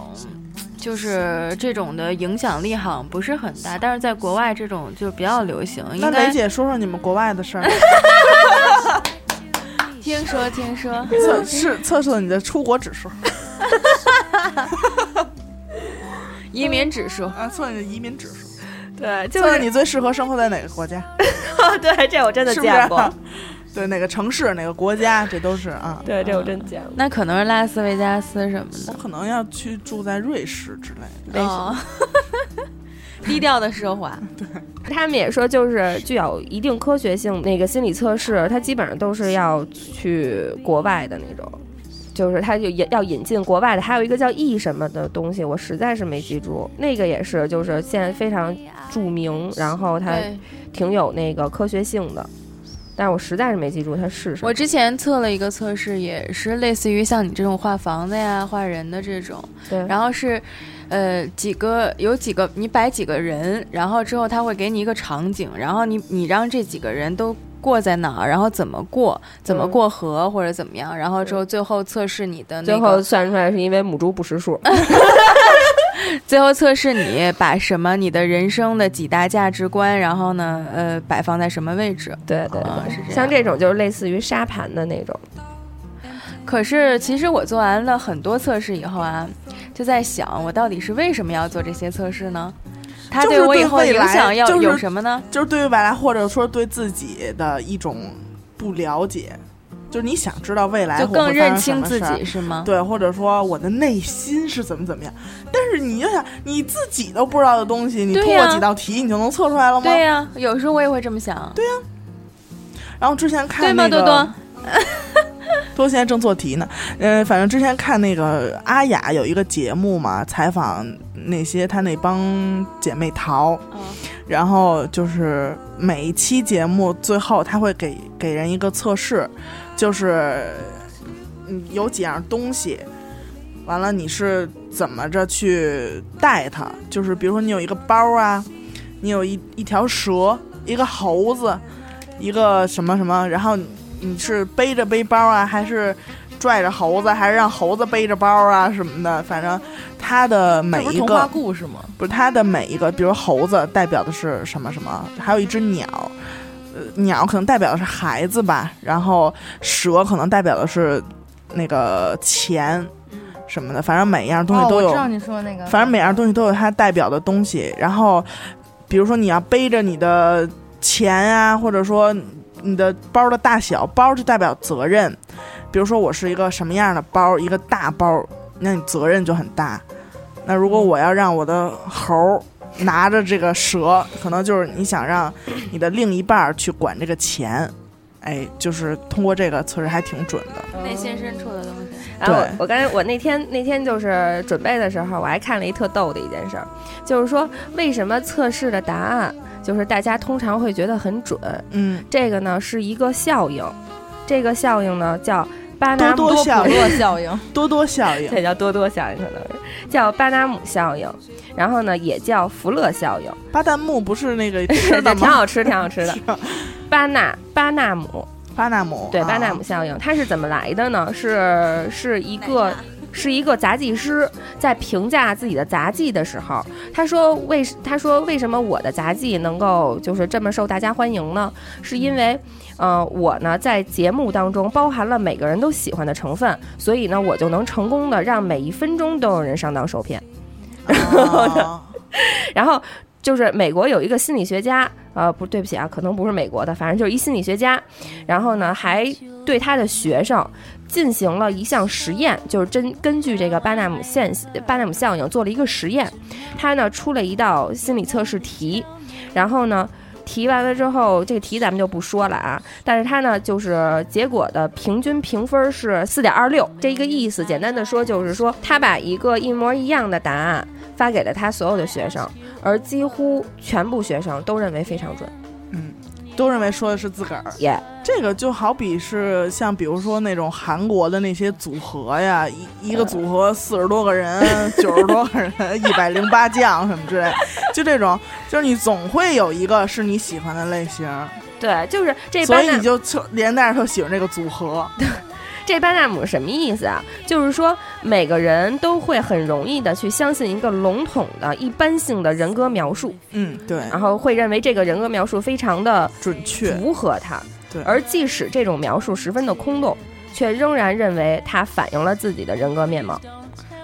Speaker 7: 就是这种的影响力好像不是很大，但是在国外这种就比较流行。
Speaker 3: 那
Speaker 7: 应
Speaker 3: 雷
Speaker 7: 该
Speaker 3: 姐说说你们国外的事儿，
Speaker 7: 听说听说，
Speaker 3: 测试测测你的出国指数
Speaker 7: 移民指数
Speaker 3: 啊，测你的移民指数，
Speaker 6: 嗯对，就
Speaker 3: 测测
Speaker 6: 是
Speaker 3: 你最适合生活在哪个国 家，
Speaker 6: 对，这我真的
Speaker 3: 是不是
Speaker 6: 见过。
Speaker 3: 啊？对，哪个城市、哪个国家，这都是啊。
Speaker 6: 对，这我真见过。
Speaker 7: 那可能是拉斯维加斯什么
Speaker 3: 我可能要去住在瑞士之类的。
Speaker 7: 的，哦，低调的奢华。
Speaker 6: 他们也说，就是具有一定科学性那个心理测试，它基本上都是要去国外的那种，就是它就引要引进国外的。还有一个叫 E 什么的东西，我实在是没记住，那个也是就是现在非常著名，然后它
Speaker 7: 对，
Speaker 6: 挺有那个科学性的，但是我实在是没记住它是什么
Speaker 7: 我。之前测了一个测试，也是类似于像你这种画房子呀、画人的这种，
Speaker 6: 对，
Speaker 7: 然后是，呃，几个有几个你摆几个人，然后之后他会给你一个场景，然后你你让这几个人都过在哪儿，然后怎么过，怎么
Speaker 6: 嗯
Speaker 7: 过河或者怎么样，然后之后最后测试你的
Speaker 6: 最
Speaker 7: 那
Speaker 6: 后
Speaker 7: 个，
Speaker 6: 算出来是因为母猪不识数。
Speaker 7: 最后测试你把什么你的人生的几大价值观，然后呢，呃，摆放在什么位置。
Speaker 6: 对对
Speaker 7: 啊
Speaker 6: 对，
Speaker 7: 是这样
Speaker 6: 像这种就是类似于沙盘的那种。
Speaker 7: 可是，其实我做完了很多测试以后啊，就在想，我到底是为什么要做这些测试呢？它
Speaker 3: 就是
Speaker 7: 对我以
Speaker 3: 对
Speaker 7: 后
Speaker 3: 未
Speaker 7: 影
Speaker 3: 来
Speaker 7: 响要
Speaker 3: 就是
Speaker 7: 有什么呢？
Speaker 3: 就是对于未来或者说对自己的一种不了解，就是你想知道未来
Speaker 7: 就
Speaker 3: 会不会
Speaker 7: 更
Speaker 3: 发
Speaker 7: 认
Speaker 3: 生什
Speaker 7: 清
Speaker 3: 么
Speaker 7: 自
Speaker 3: 事儿
Speaker 7: 己是吗？
Speaker 3: 对，或者说我的内心是怎么怎么样。但是你就想你自己都不知道的东西，你
Speaker 7: 对
Speaker 3: 通过
Speaker 7: 呀
Speaker 3: 几道题你就能测出来了吗？
Speaker 7: 对呀、有时候我也会这么想，对
Speaker 3: 然后之前看、
Speaker 7: 吗？
Speaker 3: 那个、
Speaker 7: 多多，
Speaker 3: 多现在正做题呢，呃，反正之前看那个阿雅有一个节目嘛，采访那些她那帮姐妹淘，然后就是每一期节目最后她会给给人一个测试，就是嗯有几样东西，完了你是怎么着去带它，就是比如说你有一个包啊，你有一一条蛇，一个猴子，一个什么什么，然后。你是背着背包啊，还是拽着猴子，还是让猴子背着包啊什么的？反正它的每
Speaker 4: 不是
Speaker 3: 一
Speaker 4: 童
Speaker 3: 个
Speaker 4: 话故事吗？
Speaker 3: 不是它的每一个，比如猴子代表的是什么什么，还有一只鸟，呃，鸟可能代表的是孩子吧，然后蛇可能代表的是那个钱什么的，反正每一样东西
Speaker 4: 哦，
Speaker 3: 都
Speaker 4: 我
Speaker 3: 有，
Speaker 4: 知道你说的那个，
Speaker 3: 反正每样东西都有它代表的东西。然后，比如说你要背着你的钱啊，或者说你的包的大小，包就代表责任。比如说我是一个什么样的包，一个大包，那你责任就很大。那如果我要让我的猴儿拿着这个蛇，可能就是你想让你的另一半儿去管这个钱，哎，就是通过这个测试还挺准 的。
Speaker 2: 嗯
Speaker 7: 内心深处的东西。
Speaker 6: 然后我
Speaker 3: 对
Speaker 6: 我刚才我那天那天就是准备的时候，我还看了一特逗的一件事儿，就是说为什么测试的答案就是大家通常会觉得很准，
Speaker 3: 嗯，
Speaker 6: 这个呢是一个效应，这个效应呢叫巴拿
Speaker 3: 多
Speaker 6: 姆
Speaker 3: 多效
Speaker 4: 普
Speaker 3: 应，
Speaker 4: 洛效应，
Speaker 3: 多多效应。
Speaker 6: 这叫多多效应，可能是叫巴拿姆效应，然后呢也叫福勒效应，
Speaker 3: 巴旦木不是那个
Speaker 6: 这
Speaker 3: 吃 的
Speaker 6: 挺
Speaker 3: 吗？
Speaker 6: 好吃，挺好吃的。巴纳巴纳姆，
Speaker 3: 巴纳姆，
Speaker 6: 对，
Speaker 3: 啊
Speaker 6: 巴纳姆效应，它是怎么来的呢？是是一个。是一个杂技师在评价自己的杂技的时候，他说为他说为什么我的杂技能够就是这么受大家欢迎呢？是因为，呃，我呢在节目当中包含了每个人都喜欢的成分，所以呢我就能成功的让每一分钟都有人上当受骗。
Speaker 3: 哦
Speaker 6: 然后就是美国有一个心理学家，呃，不对不起啊，可能不是美国的，反正就是一心理学家。然后呢，还对他的学生进行了一项实验，就是真根据这个巴纳姆现巴纳姆效应做了一个实验。他呢出了一道心理测试题，然后呢。题完了之后，这个题咱们就不说了啊。但是他呢，就是结果的平均评分是四点二六，这一个意思，简单的说就是说，他把一个一模一样的答案发给了他所有的学生，而几乎全部学生都认为非常准。
Speaker 3: 嗯，都认为说的是自个儿。
Speaker 6: 耶、
Speaker 3: 这个就好比是像比如说那种韩国的那些组合呀，一一个组合四十多个人、九十多个人、一百零八将什么之类，就这种，就是你总会有一个是你喜欢的类型，
Speaker 6: 对，就是这
Speaker 3: 所
Speaker 6: 班
Speaker 3: 以
Speaker 6: 纳
Speaker 3: 你就就连带着就喜欢这个组合。
Speaker 6: 这班纳姆什么意思啊？就是说每个人都会很容易的去相信一个笼统的一般性的人格描述，
Speaker 3: 嗯，对，
Speaker 6: 然后会认为这个人格描述非常的
Speaker 3: 准确，
Speaker 6: 符合他。
Speaker 3: 对
Speaker 6: 而即使这种描述十分的空洞，却仍然认为它反映了自己的人格面貌。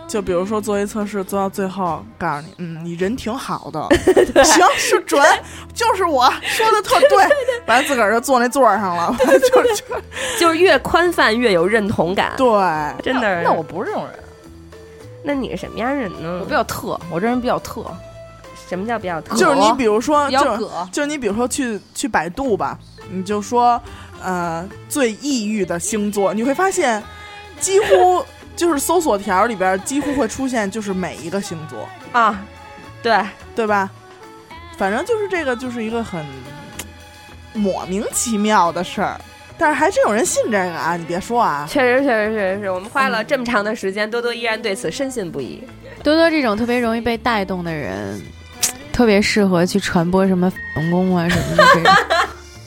Speaker 3: 就比如说做一测试，做到最后告诉你，嗯，你人挺好 的，行是准，就是我说的特 对，完了自个儿就坐那座儿上了， 就是就
Speaker 6: 就是越宽泛越有认同感。
Speaker 3: 对，
Speaker 6: 真的，
Speaker 4: 那我不是这种人，
Speaker 6: 那你是什么样人呢
Speaker 4: 我比？较特，我这人比较特，
Speaker 6: 什么叫比较特？
Speaker 3: 就是你比如说
Speaker 4: 比
Speaker 3: 啊就
Speaker 4: 较
Speaker 3: 是
Speaker 4: 葛，
Speaker 3: 就是你比如说去去百度吧，你就说呃最抑郁的星座，你会发现几乎就是搜索条里边几乎会出现就是每一个星座，
Speaker 6: 啊，对，
Speaker 3: 对吧？反正就是这个就是一个很莫名其妙的事儿，但是还真有人信这个啊！你别说啊，
Speaker 6: 确实，确实，确实是我们花了这么长的时间，多多依然对此深信不疑。
Speaker 7: 多多这种特别容易被带动的人，特别适合去传播什么 成功啊什么的这种。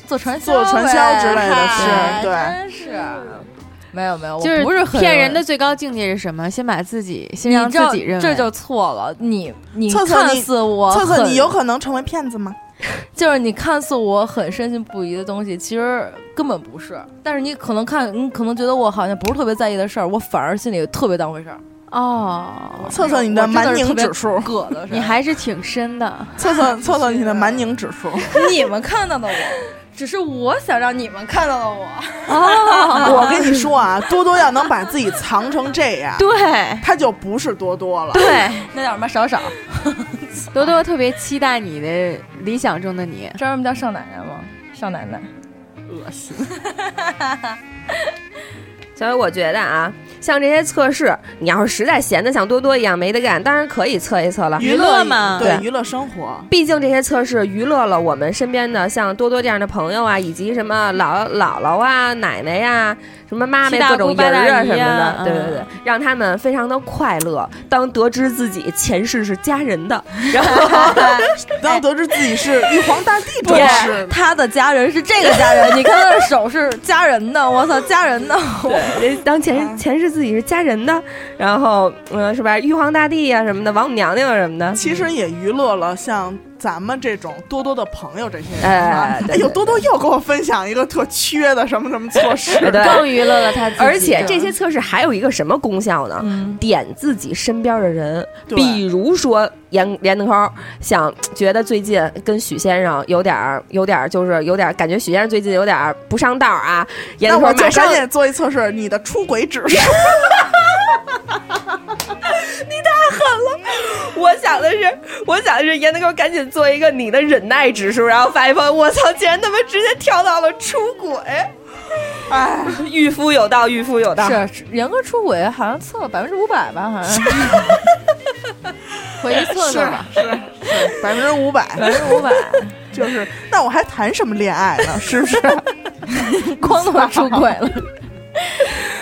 Speaker 4: 做传销呗，
Speaker 3: 做传销之类的
Speaker 4: 嗨
Speaker 3: 事，对。
Speaker 4: 真是。没有没有，我
Speaker 7: 就是
Speaker 4: 不是很
Speaker 7: 骗人的。最高境界是什么？先把自己，先让
Speaker 4: 你知
Speaker 7: 自
Speaker 4: 道
Speaker 7: 己认为
Speaker 4: 这就错了，你你
Speaker 3: 测测
Speaker 4: 看
Speaker 3: 你
Speaker 4: 似我
Speaker 3: 测测
Speaker 4: 很
Speaker 3: 你有可能成为骗子吗？
Speaker 4: 就是你看似我很深信不疑的东西，其实根本嗯不是。但是你可能看，你可能觉得我好像不是特别在意的事儿，我反而心里特别当回事儿。
Speaker 7: 哦，
Speaker 3: 测测你的蛮拧 指数，
Speaker 4: 葛的是
Speaker 7: 你还是挺深的。
Speaker 3: 测测测测你的蛮拧指数。
Speaker 4: 你们看到的我，只是我想让你们看到的我。
Speaker 3: 哦 我 跟你说啊，多多要能把自己藏成这样，
Speaker 7: 对
Speaker 3: 他就不是多多了。
Speaker 7: 对，
Speaker 4: 那叫什么少少？
Speaker 7: 多多特别期待你的理想中的你。
Speaker 4: 知道什么叫少奶奶吗？少奶奶，
Speaker 6: 所以我觉得啊，像这些测试，你要是实在闲得像多多一样没得干，当然可以测一测了。
Speaker 7: 娱乐嘛
Speaker 3: 对
Speaker 6: 对
Speaker 3: 娱乐生活，
Speaker 6: 毕竟这些测试娱乐了我们身边的像多多这样的朋友啊，以及什么姥姥姥啊、奶奶呀、什么妈
Speaker 7: 七
Speaker 6: 妈
Speaker 7: 大姑
Speaker 6: 各种爷
Speaker 7: 八
Speaker 6: 儿
Speaker 7: 大
Speaker 6: 啊
Speaker 7: 姨
Speaker 6: 什么
Speaker 7: 呀
Speaker 6: 的，对对
Speaker 7: 嗯
Speaker 6: 对，让他们非常的快乐。当得知自己前世是佳人的，然后
Speaker 3: 当得知自己是玉皇大帝转世，
Speaker 4: 他的家人是这个家人，你看他的手是家人的，我操，家人的，
Speaker 6: 对， 当前前世自己是佳人的，然后嗯、呃是吧？玉皇大帝呀、什么的，王母娘娘什么 的，
Speaker 3: 其实也娱乐了像咱们这种多多的朋友这些人啊
Speaker 6: 哎。对
Speaker 3: 哎
Speaker 6: 对
Speaker 3: 呦，多多又给我分享一个特缺的什么什么 措施，
Speaker 6: 对
Speaker 7: 更娱乐了他自己，
Speaker 6: 而且这些测试还有一个什么功效呢？点自己身边的人，
Speaker 3: 对
Speaker 6: 比如说严严德抠，想觉得最近跟许先生有点儿，有点儿就是有点儿感觉许先生最近有点儿不上道儿啊。严
Speaker 3: 那
Speaker 6: 德抠
Speaker 3: 我就
Speaker 6: 马上
Speaker 3: 赶紧做一测试，你的出轨指数。
Speaker 6: 我想的是，我想的是严德高赶紧做一个你的忍耐指数，然后发一发，我操，竟然他妈直接跳到了出轨，哎，御夫有道，御夫有道。
Speaker 4: 是严格出轨，好像测了百分之五百吧，好像。 回去测测吧，
Speaker 3: 百分之五百，
Speaker 4: 百分之五百，
Speaker 3: 就是那我还谈什么恋爱 呢？是不是？
Speaker 4: 光他妈出轨了，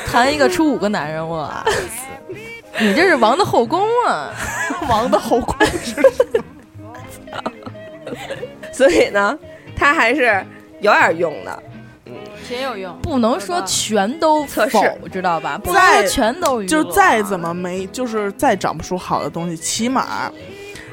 Speaker 4: 谈一个出五个男人，我。啊你这是王的后宫啊！
Speaker 3: 王的后宫是
Speaker 6: 所以呢，他还是有点用的。
Speaker 7: 谁有用？
Speaker 4: 不能说全都
Speaker 6: 测试
Speaker 4: 否，知道吧？不能
Speaker 3: 再
Speaker 4: 说全都啊娱乐
Speaker 3: 就是再怎么没，就是再长不出好的东西，起码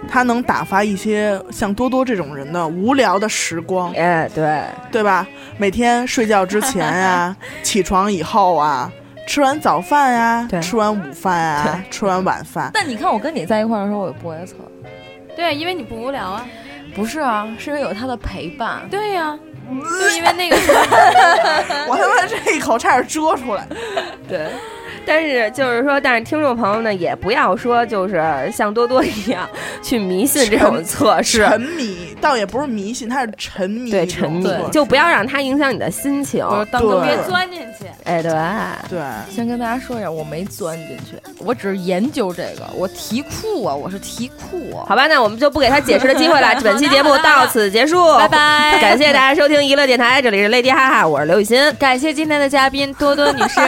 Speaker 3: 他能打发一些像多多这种人的无聊的时光，
Speaker 6: 哎，对，
Speaker 3: 对吧？每天睡觉之前啊，起床以后啊，吃完早饭啊，
Speaker 6: 对
Speaker 3: 吃完午饭啊，吃完晚饭，
Speaker 4: 但你看我跟你在一块儿的时候，我也不会测，
Speaker 7: 对，因为你不无聊啊。
Speaker 4: 不是啊，是因为有他的陪伴。
Speaker 7: 对呀、就因为那个时候
Speaker 3: 我他妈这一口差点遮出来。
Speaker 6: 对。但是就是说，但是听众朋友呢，也不要说就是像多多一样去迷信这种测试，
Speaker 3: 沉迷倒也不是迷信，他是沉迷
Speaker 6: 对
Speaker 3: 一种
Speaker 6: 沉迷
Speaker 3: 错，
Speaker 6: 就不要让它影响你的心情。
Speaker 4: 当
Speaker 3: 对
Speaker 4: 个
Speaker 7: 钻进去，
Speaker 6: 哎，对，
Speaker 3: 对，
Speaker 4: 先跟大家说一下，我没钻进去，我只是研究这个，我题库啊，我是题库啊。
Speaker 6: 好吧，那我们就不给他解释的机会 了。本期节目到此结束，
Speaker 7: 拜。拜。
Speaker 6: 感谢大家收听娱乐电台，这里是 Lady 哈哈，我是刘雨欣。
Speaker 7: 感谢今天的嘉宾多多女 士，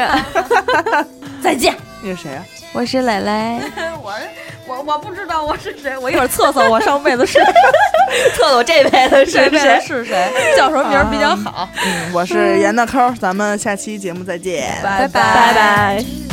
Speaker 7: 再见。
Speaker 3: 那是谁啊？
Speaker 7: 我是蕾蕾，
Speaker 4: 我我不知道我是谁，我一会儿测测我上辈子是
Speaker 6: 特我这辈子是
Speaker 4: 这辈
Speaker 6: 谁
Speaker 4: 子？是谁， 叫什么名儿比较好。
Speaker 3: 嗯我是严大抠，咱们下期节目再见。
Speaker 4: 拜
Speaker 7: 拜
Speaker 4: 拜。
Speaker 6: 拜。